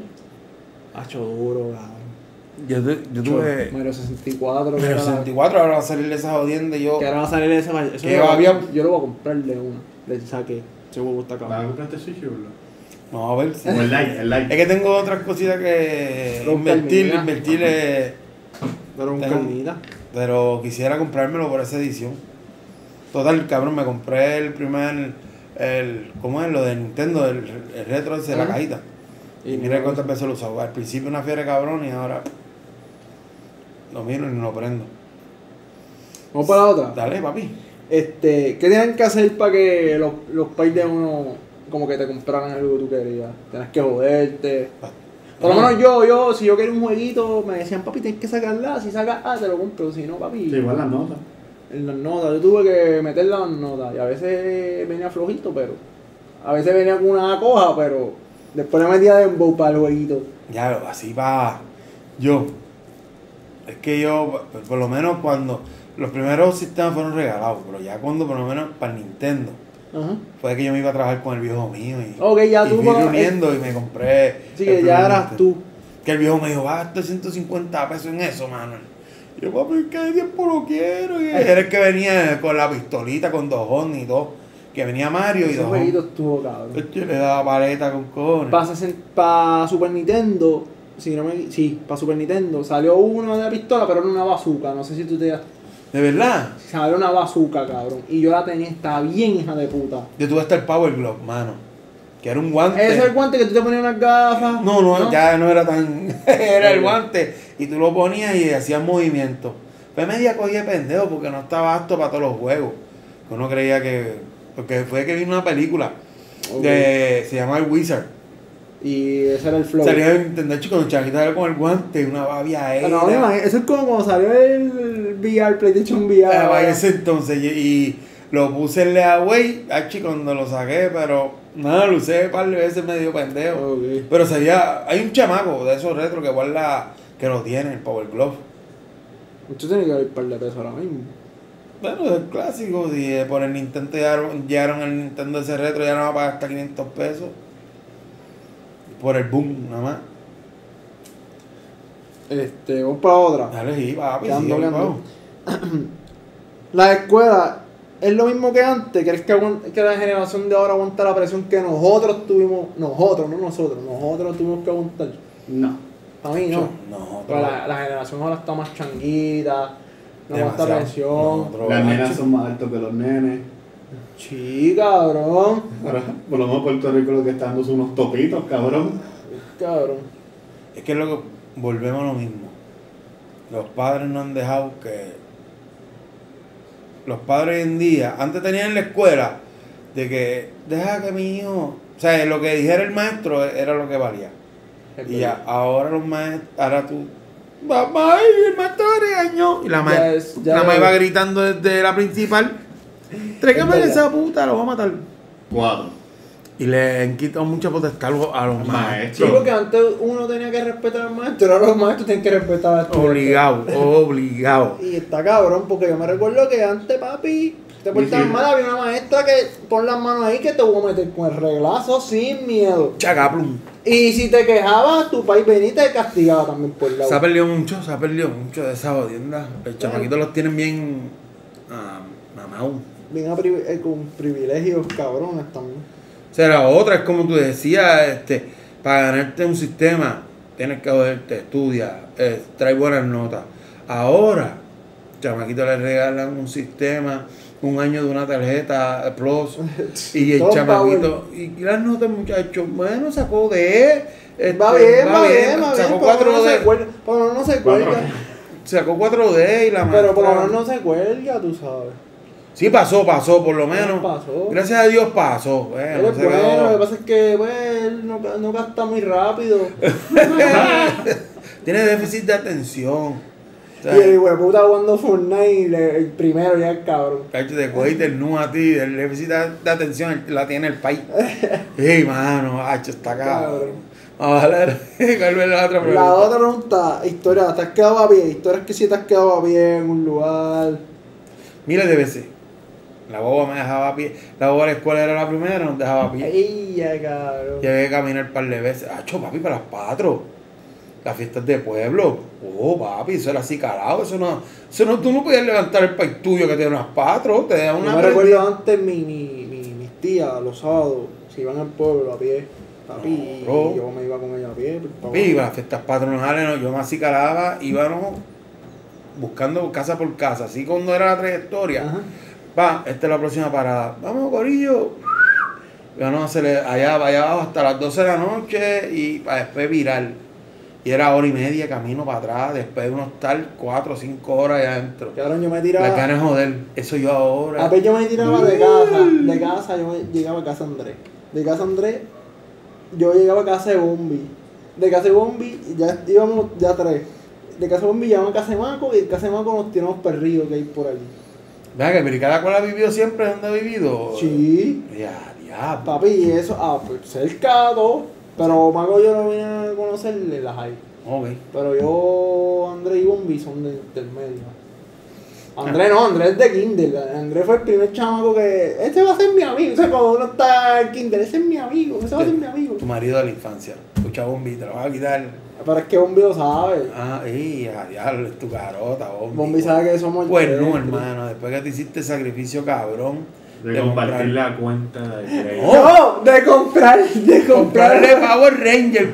C: Hacho duro, cabrón.
D: Yo, tu- yo tuve.
C: Mario 64, que
D: Pero
C: era,
D: 64 ahora va a salir esa jodienda y yo.
C: que ahora va a salir ese... eso
D: Que
C: yo,
D: había-
C: yo lo voy a comprar de una, le saqué. Ese huevo está
E: ¿Vas a
C: cabrón.
E: comprar este Switch, boludo?
D: No, a ver.
E: O el Lite, el
D: Es
E: Lite.
D: que tengo otras cositas que
C: Los
D: invertir,
C: terminas.
D: invertir. eh,
C: Pero un
D: Tengo-
C: carnita.
D: Pero quisiera comprármelo por esa edición. Total, cabrón, me compré el primer. El, ¿Cómo es? Lo de Nintendo, el, el retro ese de la
C: Ah.
D: cajita. Y mira cuántas veces lo usaba. Al principio una fiebre cabrón y ahora. Lo miro y no lo prendo.
C: Vamos para la otra.
D: Dale, papi.
C: Este, ¿qué tenían que hacer para que los, los pais de uno como que te compraran algo que tú querías? Tenías que joderte. Por
E: Ah.
C: lo menos yo, yo, si yo quería un jueguito, me decían, papi, tienes que sacarla, si sacas A, te lo compro, si no, papi.
E: Sí, igual las notas.
C: En las notas, yo tuve que meter las notas, y a veces venía flojito, pero. A veces venía con una coja, pero. Después le metía dembow para el jueguito.
D: Ya, así va. Yo. Es que yo, por- por lo menos cuando. Los primeros sistemas fueron regalados, pero ya cuando, por lo menos para el Nintendo.
C: Ajá.
D: Fue que yo me iba a trabajar con el viejo mío y,
C: Ok, ya
D: y
C: tú
D: fui
C: vas-
D: reuniendo y me compré.
C: Así que
D: el
C: ya
D: primer
C: eras
D: Nintendo.
C: tú.
D: Que el viejo me dijo, gasta 150 pesos en eso, mano. Y yo, papi, ¿qué tiempo lo quiero? Y era el que venía con la pistolita, con dos hones y todo. Que venía Mario y
C: Ese
D: dos
C: jueguito
D: hones.
C: estuvo cabrón.
D: Yo le daba paleta con cojones.
C: Para Super Nintendo, si no me, sí, para Super Nintendo salió uno de la pistola, pero era una bazooka. No sé si tú te
D: De verdad.
C: salió una bazooka, cabrón. Y yo la tenía, estaba bien hija de puta.
D: Yo tuve hasta el Power Glove, mano. Que era un guante.
C: Ese es el guante que tú te ponías unas gafas.
D: No, no, ya no era tan. era el
C: Ok.
D: guante. Y tú lo ponías y hacías movimiento. Fue media cogí de pendejo porque no estaba apto para todos los juegos. Uno creía que. Porque fue que vino una película.
C: Ok.
D: De, se llama El Wizard.
C: Y ese era el flow.
D: Salía de Nintendo chico, los chavitos eran con el guante, una babia aérea.
C: Ah, No, me imagino, eso es como cuando salió el VR, PlayStation VR.
D: Ah, vaya ese entonces. Y, y lo puse en Leaway, ah, chico, cuando lo saqué, pero No, lo usé un par de veces medio pendejo.
B: Ok.
D: Pero sabía, hay un chamaco de esos retro que guarda, que lo tiene, el Power Glove.
C: Usted tiene que dar un par de pesos ahora mismo.
D: Bueno, es clásico, si eh, por el Nintendo llegaron, llegaron el Nintendo ese retro, ya no va a pagar hasta 500 pesos. Por el boom, nada más.
C: Este, vamos para otra.
D: Dale, sí, papi,
C: Quedando,
D: sí, yo
C: quedando.
D: pago.
C: La escuela es lo mismo que antes. ¿Crees que, aguan- que la generación de ahora aguanta la presión que nosotros tuvimos? Nosotros, no nosotros. Nosotros tuvimos que aguantar.
E: No.
C: A mí no.
D: No,
C: Pero la, la generación ahora está más changuita. No aguanta
D: demasiado.
C: presión.
D: Nosotros,
E: Las nenas
D: macho.
E: son más altos que los nenes.
C: Sí, cabrón.
E: Ahora, por lo menos Puerto Rico lo que está dando son unos topitos, cabrón.
C: Cabrón.
D: Es que luego volvemos a lo mismo. Los padres no han dejado que. Los padres hoy en día, antes tenían en la escuela de que deja que mi hijo. O sea, lo que dijera el maestro era lo que valía. Y ya, ahora los maestros, ahora tú. Mamá, y el maestro me regañó. Y la
C: Ya
D: madre,
C: es- ya
D: la madre
C: es-
D: va gritando desde la principal. Tráigame
C: verdad.
D: esa puta, lo voy a matar.
E: Cuatro.
D: Y le han quitado mucha potestad a los- a los maestros.
C: Sí, porque antes uno tenía que respetar al maestro, ahora los maestros tienen que respetar al estudiante.
D: Obligado, obligado.
C: Y está cabrón, porque yo me recuerdo que antes, papi, te portabas
E: Sí.
C: mal, había una maestra que pon las manos ahí que te voy a meter con el reglazo sin miedo.
D: Chacaplum.
C: Y si te quejabas, tu país venía y te castigaba también por la
D: Se ha perdido mucho, se ha perdido mucho de esa jodienda. Los chamaquitos los tienen bien ah, mamados.
C: Bien a privi- eh, con privilegios cabrones también.
D: O sea, la otra es como tú decías, este, para ganarte un sistema, tienes que joderte, estudia, eh, trae buenas notas. Ahora, chamaquito le regalan un sistema, un año de una tarjeta eh, plus, y el
C: Todo
D: chamaquito, y las notas, muchachos, bueno, sacó de
C: va bien, va bien, va bien.
D: Este, sacó
C: Por lo menos no
D: 4D,
C: se cuelga. Por lo menos no se
E: Cuatro.
C: cuelga.
D: sacó 4D y la
C: Pero por lo
D: maestra-
C: menos no se cuelga, tú sabes.
D: Sí, pasó, pasó, por lo menos.
C: Pasó.
D: Gracias a Dios pasó. Bueno,
C: Él es
D: se quedó-
C: bueno, lo que pasa es que pues, él no, no gasta muy rápido.
D: Tiene déficit de atención. O
C: y
D: sea,
C: el hijo de puta jugando Fortnite y le- el primero ya el cabrón.
D: cacho, te cogí, te nu a ti, el déficit de de atención la tiene el país. Ey, mano, hacho, está cabrón.
C: Cabrón.
D: Vamos a hablar de la otra pregunta.
C: La otra pregunta, historia, ¿te has quedado a pie? Historias que sí te has quedado a pie en un lugar.
D: Miles de veces. La boba me dejaba a pie. La boba de la escuela era la primera, nos dejaba a pie.
C: Ay, ya, cabrón.
D: Llegué a caminar un par de veces. Acho, papi, para las patro. Las fiestas de pueblo. Oh, papi, eso era así calado. Eso no, eso no, tú no podías levantar el país tuyo que tiene unas patro. Te da
C: Yo
D: una.
C: me
D: pre-
C: recuerdo antes mi, mi, mi- mis tías los sábados, se iban al pueblo a pie, papi,
D: No, bro.
C: y yo me iba con ellos a pie. pues, por favor.
D: Papi, iba a las fiestas patronales, no, yo me así calaba, íbamos buscando casa por casa. Así cuando era la trayectoria.
C: Ajá.
D: Va, esta es la próxima parada. Vamos, Corillo. Bueno, se le, allá, allá abajo hasta las 12 de la noche y para después virar. Y era hora y media camino para atrás, después de unos tal 4 o 5 horas allá adentro.
C: Cabrón, yo me
D: La
C: tiraba.
D: cara es joder, eso yo ahora.
C: A ver, Ah, pues yo me tiraba de casa, de casa, yo me- llegaba a casa Andrés. De casa Andrés, yo llegaba a casa de Bombi. De casa de Bombi, ya íbamos ya tres. De casa de Bombi llegamos a casa de Maco y de casa de Maco nos tiramos perrillos que hay por allí.
D: Vea que Americana cuál ha vivido siempre donde ha vivido.
C: Sí,
D: Ya, diablo.
C: papi, y eso, ah, pues cerca todo. Pero Maco yo lo vine a conocer en las hay.
D: Ok.
C: Pero yo, Andrés y Bombi son de intermedio. Andrés no, Andrés es de Kindle. Andrés fue el primer chamaco que. Este va a ser mi amigo. O sea, cuando uno está en Kindle, ese es mi amigo. Ese va a ser mi amigo.
D: Tu marido de la infancia. Escucha, Bombi, te lo vas a quitar.
C: Pero es que Bombi lo sabe.
D: Ah, ey, a diablo, es tu carota, Bombi.
C: Bombi sabe que somos.
D: Pues no,
C: tres.
D: hermano, después que te hiciste el sacrificio cabrón
E: De compartir
D: comprar-
E: la cuenta de crédito.
C: No, de comprar, de
D: comprarle
C: comprar,
D: Power Ranger,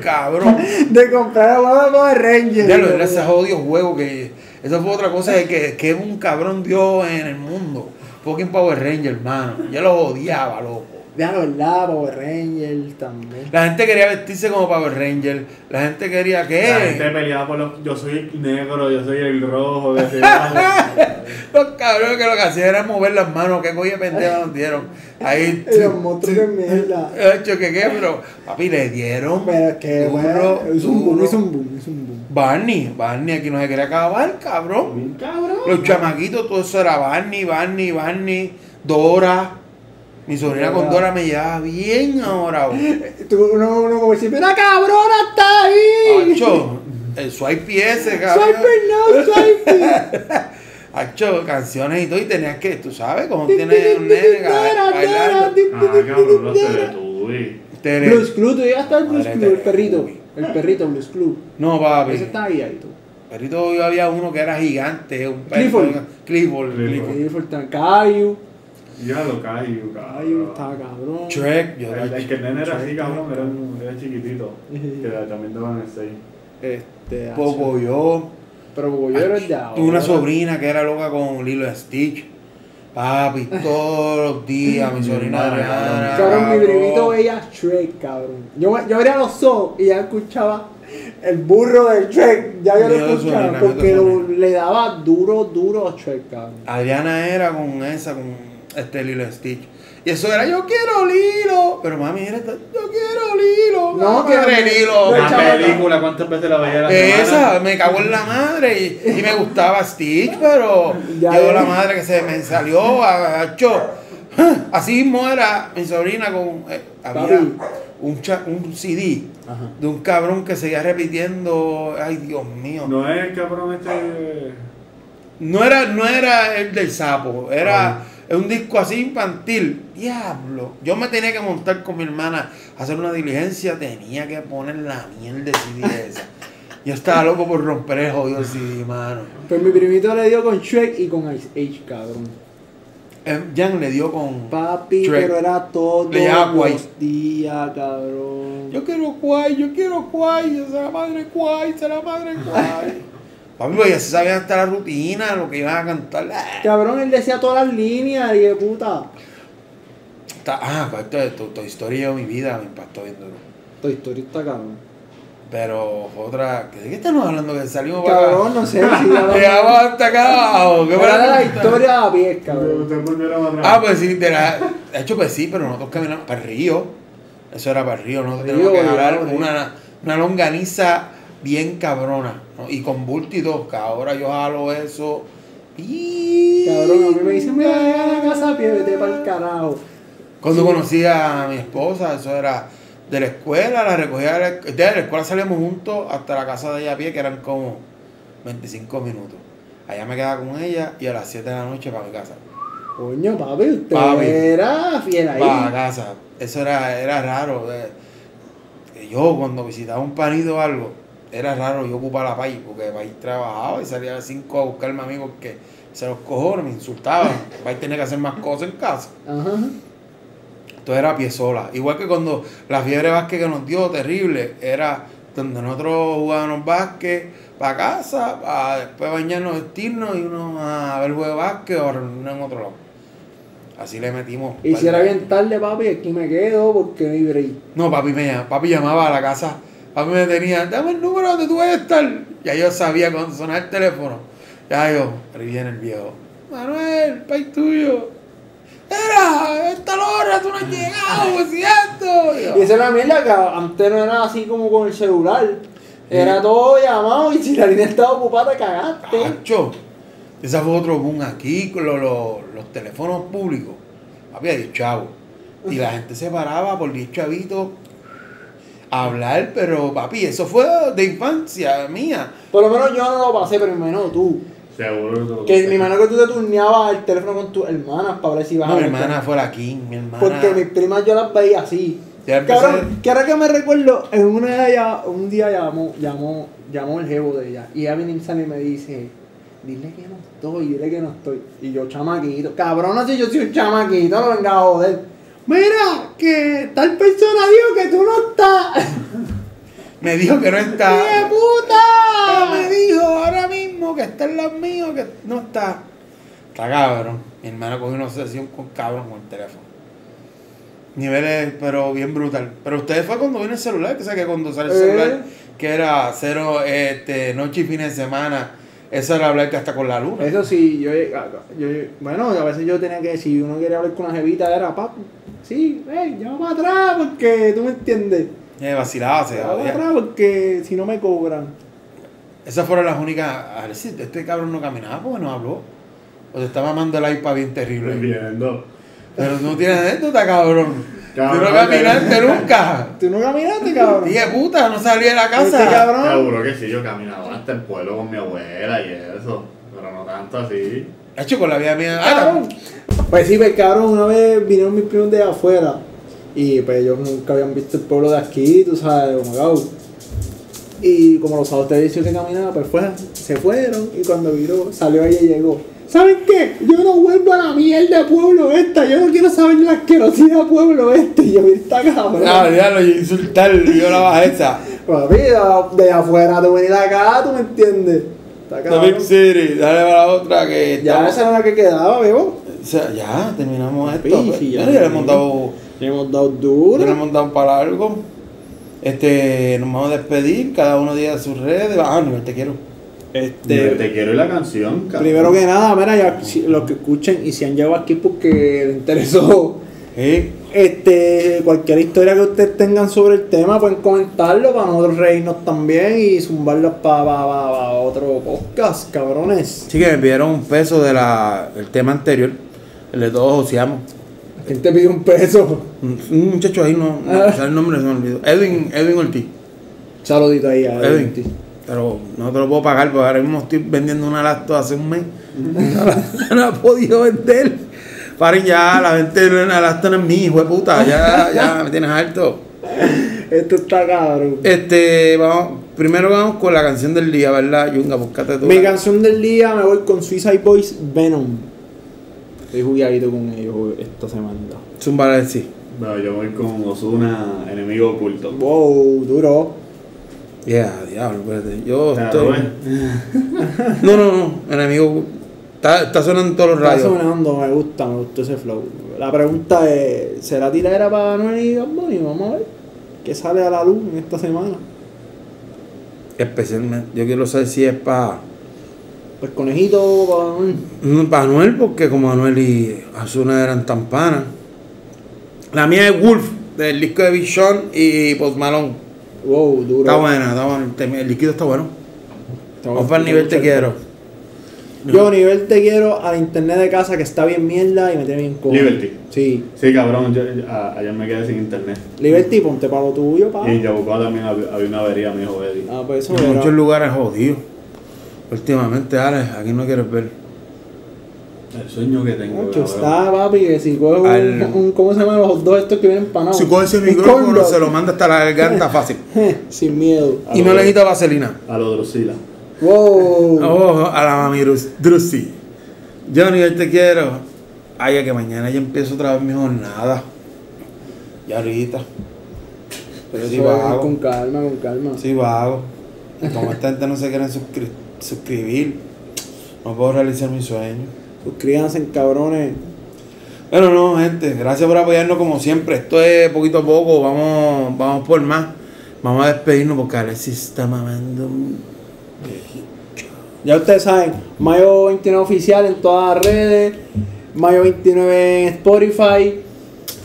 D: cabrón.
C: de comprar a Power Ranger.
D: Ya lo era ese jodido juego que. Eso fue otra cosa que, que un cabrón dio en el mundo. Fucking Power Ranger, hermano. Yo lo odiaba, loco.
C: Ya lo verdad, Power Ranger también.
D: La gente quería vestirse como Power Ranger. La gente quería que.
E: La gente peleaba por los. Yo soy el negro, yo soy el rojo. que se llama.
D: Los cabrones que lo que hacían era mover las manos. Que coño de pendeja nos dieron. Ahí.
C: Y los monstruos de mierda.
D: Hecho que qué, pero. Papi, le dieron.
C: Pero es que, bueno,
D: duro,
C: es un boom,
D: duro.
C: es un boom, es un boom.
D: Barney, Barney aquí no se quería acabar, cabrón.
E: Un cabrón.
D: Los chamaquitos, todo eso era Barney, Barney, Barney, Dora. Misoginia con Dora me llevaba bien ahora.
C: Tú, uno, uno como decir, ¡Mira, cabrona, está ahí!
D: Acho, el swipe ese, cabrón.
C: ¡Swiper no, swiper!
D: Acho, canciones y todo. Y tenías que, tú sabes, como
C: Tin, tin,
D: tienes
C: tin,
D: un
C: tin,
D: nene
C: tin,
D: ga-
C: tara, tara, tin,
D: bailando.
C: tin,
F: Ah,
C: tin,
F: cabrón, los
C: tin, tara.
F: Teletubbies.
D: Tenés-
C: Blues Club, tú llegaste al Blues
D: Madre
C: Club, el
D: de-
C: perrito. El perrito, Blues Club.
D: No, papi.
C: Ese está ahí, ahí tú.
D: Perrito, yo había uno que era gigante. Un perro-
C: Clifford.
D: Clifford.
F: Clifford.
D: Clifford.
C: Ahí fue el tan- Caillou.
F: Ya lo caigo,
C: Caillou
F: cabrón.
C: estaba cabrón.
D: Shrek. Yo
F: El, el que el nene era así, cabrón, era, un- era chiquitito.
C: Ujú.
F: Que la- también daban el 6.
C: Este,
D: Poco yo.
C: Pero Bogollero es de
D: Tuve una
C: ahora.
D: sobrina que era loca con Lilo y Stitch. Papi, todos los días, mi sobrina
F: Madre,
D: Adriana.
C: Cabrón, mi primito
D: cabrón.
C: veía Shrek, cabrón. Yo, yo abría los ojos y ya escuchaba el burro del Shrek. Ya yo
D: Miedo
C: lo escuchaba
D: sobrina, miedo
C: porque lo-
D: sobrina.
C: le daba duro, duro a Shrek, cabrón.
D: Adriana era con esa, con este Lilo y Stitch. Y eso era, yo quiero Lilo. Pero mami, era, esta, yo quiero Lilo.
C: No,
D: que
C: que-
D: Lilo.
C: no,
D: mamá.
F: La
C: chaval,
F: película, ¿cuántas veces la veía a la semana?
D: Eh, Esa, me cago en la madre y, y me gustaba Stitch, pero
C: Ya
D: yo
C: es.
D: la madre que se me salió a, a- cho. Así mismo era mi sobrina con eh, había
C: Papi.
D: un, cha- un CD
C: Ajá.
D: de un cabrón que seguía repitiendo, ay Dios mío. No,
F: No es el cabrón este.
D: era no era el del sapo, era un disco así infantil. Diablo, yo me tenía que montar con mi hermana a hacer una diligencia, tenía que poner la mierda de CD esa. Yo estaba loco por romper el jodido CD, mano.
C: Pues mi primito le dio con Shrek y con Ice Age, cabrón.
D: Eh, Jan le dio con.
C: Papi,
D: Shrek.
C: pero era todos
D: Le daba guay.
C: los días, cabrón.
D: Yo quiero cuay, yo quiero cuay, será madre cuay, será madre cuay. Papi, pues ya se sabía hasta la rutina, lo que iban a cantar. Ah,
C: Cabrón, él decía todas las líneas, y de puta.
D: está- Ah, pues, esto es tu, tu historia de mi vida, me impactó bien duro.
C: Toy Story está cabrón.
D: Pero fue otra. ¿De qué estamos hablando? Que salimos
C: Cabrón, no sé si ya
D: para
C: lo-
D: acá. Llegamos hasta acá abajo. ¿Qué
C: Era
D: fue
C: la
D: pregunta?
C: historia a pies, cabrón.
F: Usted volvió a
D: Ah, pues sí, de la. De hecho, pues sí, pero nosotros caminamos para el río. Eso era para el río, nosotros
C: Río,
D: teníamos que
C: ya,
D: jalar
C: río.
D: una, una longaniza bien cabrona. ¿no? Y con bulto y dos, que ahora yo jalo eso. Y-
C: Cabrón, a mí me dicen, mira, llega a la casa, pie, vete para el carajo.
D: Cuando conocí a mi esposa, eso era de la escuela, la recogía de la, de la escuela salíamos juntos hasta la casa de ella a pie, que eran como 25 minutos. Allá me quedaba con ella y a las 7 de la noche para mi casa.
C: Coño, papi, usted
D: Papi.
C: era fiel ahí.
D: para casa. Eso era, era raro. eh. Que Yo cuando visitaba un panido o algo, era raro yo ocupar la país, porque país trabajaba y salía a las 5 a buscarme amigos que se los cojones, me insultaban. país tenía que hacer más cosas en casa.
C: Ajá.
D: Entonces era pie sola. Igual que cuando la fiebre básquet que nos dio terrible, era donde nosotros jugábamos básquet para casa, para después bañarnos, vestirnos y uno a ver juego de básquet o a reunirnos en otro lado. Así le metimos.
C: Y si era
D: par de-
C: bien tarde, papi, aquí me quedo porque no hay break.
D: no, papi me llamaba, papi llamaba a la casa, papi me tenía, dame el número donde tú vas a estar. Ya yo sabía cuando sonaba el teléfono. Ya yo, ahí viene el viejo. Manuel, país tuyo. Era, a esta hora tú no has llegado, lo siento.
C: Y
D: Yo,
C: esa es la mierda que antes no era así como con el celular. Era todo llamado y si la línea estaba ocupada, cagaste.
D: "Cacho". esa fue otro boom aquí, con lo- lo- los teléfonos públicos. Papi, hay chavo. Y la gente se paraba por 10 chavitos a hablar, pero papi, eso fue de infancia mía.
C: Por lo menos yo no lo pasé, pero mi hermano tú.
F: Seguro que todo.
C: pues. Que mi hermano que tú te turneabas al teléfono con tus hermanas para ver si ibas
D: No, mi
C: ver-
D: hermana fue la King, mi hermana.
C: Porque mis primas yo las veía así.
D: Ya empecé-
C: Cabrón, que ahora que me recuerdo, en una de ellas, un día llamó, llamó, llamó el jevo de ella. Y ella viene y sale y me dice, dile que no estoy, dile que no estoy. Y yo, chamaquito, cabrón, si yo soy un chamaquito, no venga a joder. Mira, que tal persona dijo que tú no estás.
D: Me dijo que no
C: ¡Qué
D: está. Pero
C: puta!
D: me dijo ahora mismo que está en los míos, que no está. Está cabrón. Mi hermana cogió una obsesión con cabrón con el teléfono. Niveles, pero bien brutal. Pero ustedes fue cuando vino el celular, que o sea que cuando sale el
C: Eh.
D: celular, que era cero, este, noche y fin de semana, eso era hablar que hasta con la luna.
C: Eso sí, yo, yo, bueno, a veces yo tenía que, si uno quería hablar con una jevita, era papu. Sí, ey, llama para atrás porque tú me entiendes.
D: Eh, vacilaba, se
C: Llama para
D: jodía.
C: atrás porque si no me cobran.
D: Esas fueron las únicas. A ver si este cabrón no caminaba porque no habló. O se estaba mamando el iPad bien terrible.
F: Viendo.
D: Pero tú tienes anécdota, cabrón.
E: Cabrón,
D: tú no caminaste nunca.
C: Tú no caminaste, cabrón.
D: Dije, puta, no salí de la
C: Este
D: casa.
C: cabrón.
E: Seguro que sí, yo caminaba hasta el pueblo con mi abuela y eso, pero no tanto así.
D: Hacho, con la vida mía. Ah,
C: Cabrón. Pues sí, pues cabrón, una vez vinieron mis primos de afuera y pues ellos nunca habían visto el pueblo de aquí, tú sabes, de Humacao. Y como los sábados te decía que caminaba, pues fue, se fueron y cuando vino, salió ella y llegó. ¿Saben qué? Yo no vuelvo a la mierda de pueblo esta, yo no quiero saber la asquerosidad de pueblo este. Y yo, mira esta cabrón.
D: Ah, ya lo insultar, yo la bajé esa.
C: Papi, de afuera tú venir acá, tú me entiendes. Está
D: The
C: cabrón.
D: Big City, dale para la otra que
C: Ya
D: estamos-
C: esa era la que quedaba, bebo.
D: O sea, ya terminamos esto.
C: Pichi,
D: pues.
C: ya
D: Mira, ya le
C: terminamos.
D: hemos dado,
C: Le hemos dado
D: ya le
C: duro.
D: hemos dado para algo. Este, nos vamos a despedir, cada uno diga sus redes. Ah, no, te quiero.
E: Te,
C: Este,
E: te quiero y la canción, cabrón.
C: primero que nada, mira, ya, si- los que escuchen y si han llegado aquí porque les interesó
D: Sí.
C: este, cualquier historia que ustedes tengan sobre el tema, pueden comentarlo para nosotros reírnos también y zumbarlas para otro podcast, cabrones.
D: Sí que me pidieron un peso del tema anterior, el de todos joseamos.
C: ¿Quién te pide un peso?
D: Un, un muchacho ahí, no, no
C: Ah.
D: sabe el nombre, se me olvidó. Edwin, Edwin Ortiz.
C: Saludito ahí a
D: Edwin.
C: Ah, Edwin.
D: Pero no te lo puedo pagar porque ahora mismo estoy vendiendo una laptop hace un mes. No la, no la he podido vender. Paren ya, la gente de la laptop no es mía, hijo de puta. Ya, ya, me tienes harto.
C: Esto está cabrón.
D: Este, vamos, primero vamos con la canción del día, ¿verdad? Yunga, búscate tú.
C: Mi canción del día me voy con Suicide Boys Venom. Estoy jugadito con ellos esta semana.
D: Zumba, sí.
E: Bueno, yo voy con Osuna, enemigo oculto.
C: Wow, duro.
D: Yeah, diablo, espérate. Yo
E: Claro,
D: estoy.
E: bueno.
D: No, no, no, enemigo. Está, está sonando en todos los
C: Está
D: radios.
C: sonando, me gusta, me gustó ese flow. La pregunta es, ¿será tiradera para Noel y Bad Bunny? Vamos a ver. ¿Qué sale a la luz en esta semana?
D: Especialmente, yo quiero saber si es para.
C: Pues conejito para Anuel.
D: No, para Mm, Anuel, porque como Anuel y Azuna eran tan panas. La mía es Wolf, del disco de Big Sean y Post Malone.
C: Wow, duro.
D: Está buena, está buena. El tem- El líquido está bueno.
C: Está bueno.
D: Vamos para el nivel te quiero.
C: Yo nivel te quiero al internet de casa que está bien mierda y me tiene bien cojo.
E: Liberty.
C: Sí.
E: Sí, cabrón, yo, yo- a- ayer me quedé sin internet.
C: Liberty, ponte para lo tuyo, pa.
E: Y en Yabucoa también hab- había una avería, mi hijo Eddie.
C: Ah, pues eso
D: En muchos
C: era.
D: lugares jodidos. Últimamente, Alex, aquí no quieres ver.
E: El sueño que tengo,
C: Mucho
E: cabrón.
C: está, papi, que si coges un,
D: Al-
C: un- ¿Cómo se llaman los dos estos que vienen empanados?
D: Si coge ese
C: Un
D: micrófono,
C: corndog.
D: se lo manda hasta la garganta fácil.
C: Sin miedo.
E: Ah.
D: Y no le quita vaselina.
E: A lo Drusila.
C: Wow.
D: Ojo a la mami Drus- Drusi. Johnny, yo te quiero. Ay, a que mañana ya empiezo otra vez mi jornada. Ya ahorita. Pero si
C: Eso es con
D: vago.
C: calma, con calma.
D: Si vago. Y Como esta gente no se quiere suscri- suscribir, no puedo realizar mi sueño.
C: Suscríbanse, cabrones.
D: Pero no, gente, gracias por apoyarnos como siempre. Esto es poquito a poco, vamos, vamos por más. Vamos a despedirnos porque Alexis está mamando. un-
C: Ya ustedes saben, Mayo 29 oficial en todas las redes, Mayo 29 en Spotify.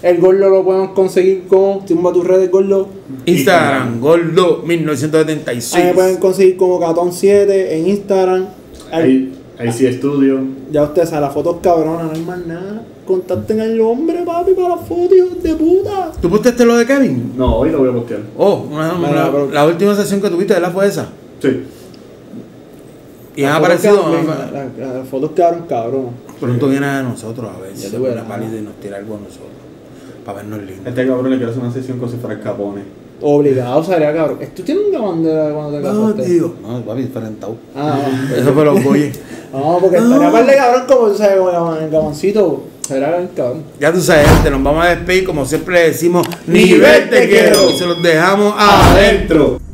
C: El gordo lo podemos conseguir con. Tumba tus redes, gordo.
D: Instagram, Gordo
C: Ahí me pueden
D: 1976.
C: conseguir como Catón7 en Instagram. Al-
E: Ahí, ahí sí estudio.
C: Ya ustedes saben, las fotos cabronas, no hay más nada. Contacten al hombre, papi, para las fotos, hijos de puta.
D: ¿Tú posteaste lo de Kevin?
E: No, hoy lo voy a postear.
D: Oh, una-
C: Mira,
D: una-
C: pero-
D: la última sesión que tuviste, ¿verdad? Fue esa.
E: Sí.
D: Y han
C: Las fotos
D: aparecido.
C: quedaron
D: han-
C: bien, Las las fotos quedaron cabrón.
D: Pronto viene de nosotros a ver
C: Ya
D: si
C: te
D: se pone
C: verás.
D: pálida y nos tira algo a nosotros. Para vernos lindos.
E: Este cabrón le quiero hacer una sesión con si fuera Capone.
C: Obligado sería cabrón. ¿Tú tienes una bandera de cuando te
D: No,
C: casaste?
D: tío. No, papi, enfrentado.
C: Ah,
D: Eso fue los boyes.
C: no, porque estaría más de cabrón como, o sea, como el gaboncito. Será el cabrón.
D: Ya tú sabes, gente, nos vamos a despedir como siempre le decimos.
C: Nivel te quiero.
D: Y se los dejamos adentro.
E: Dentro.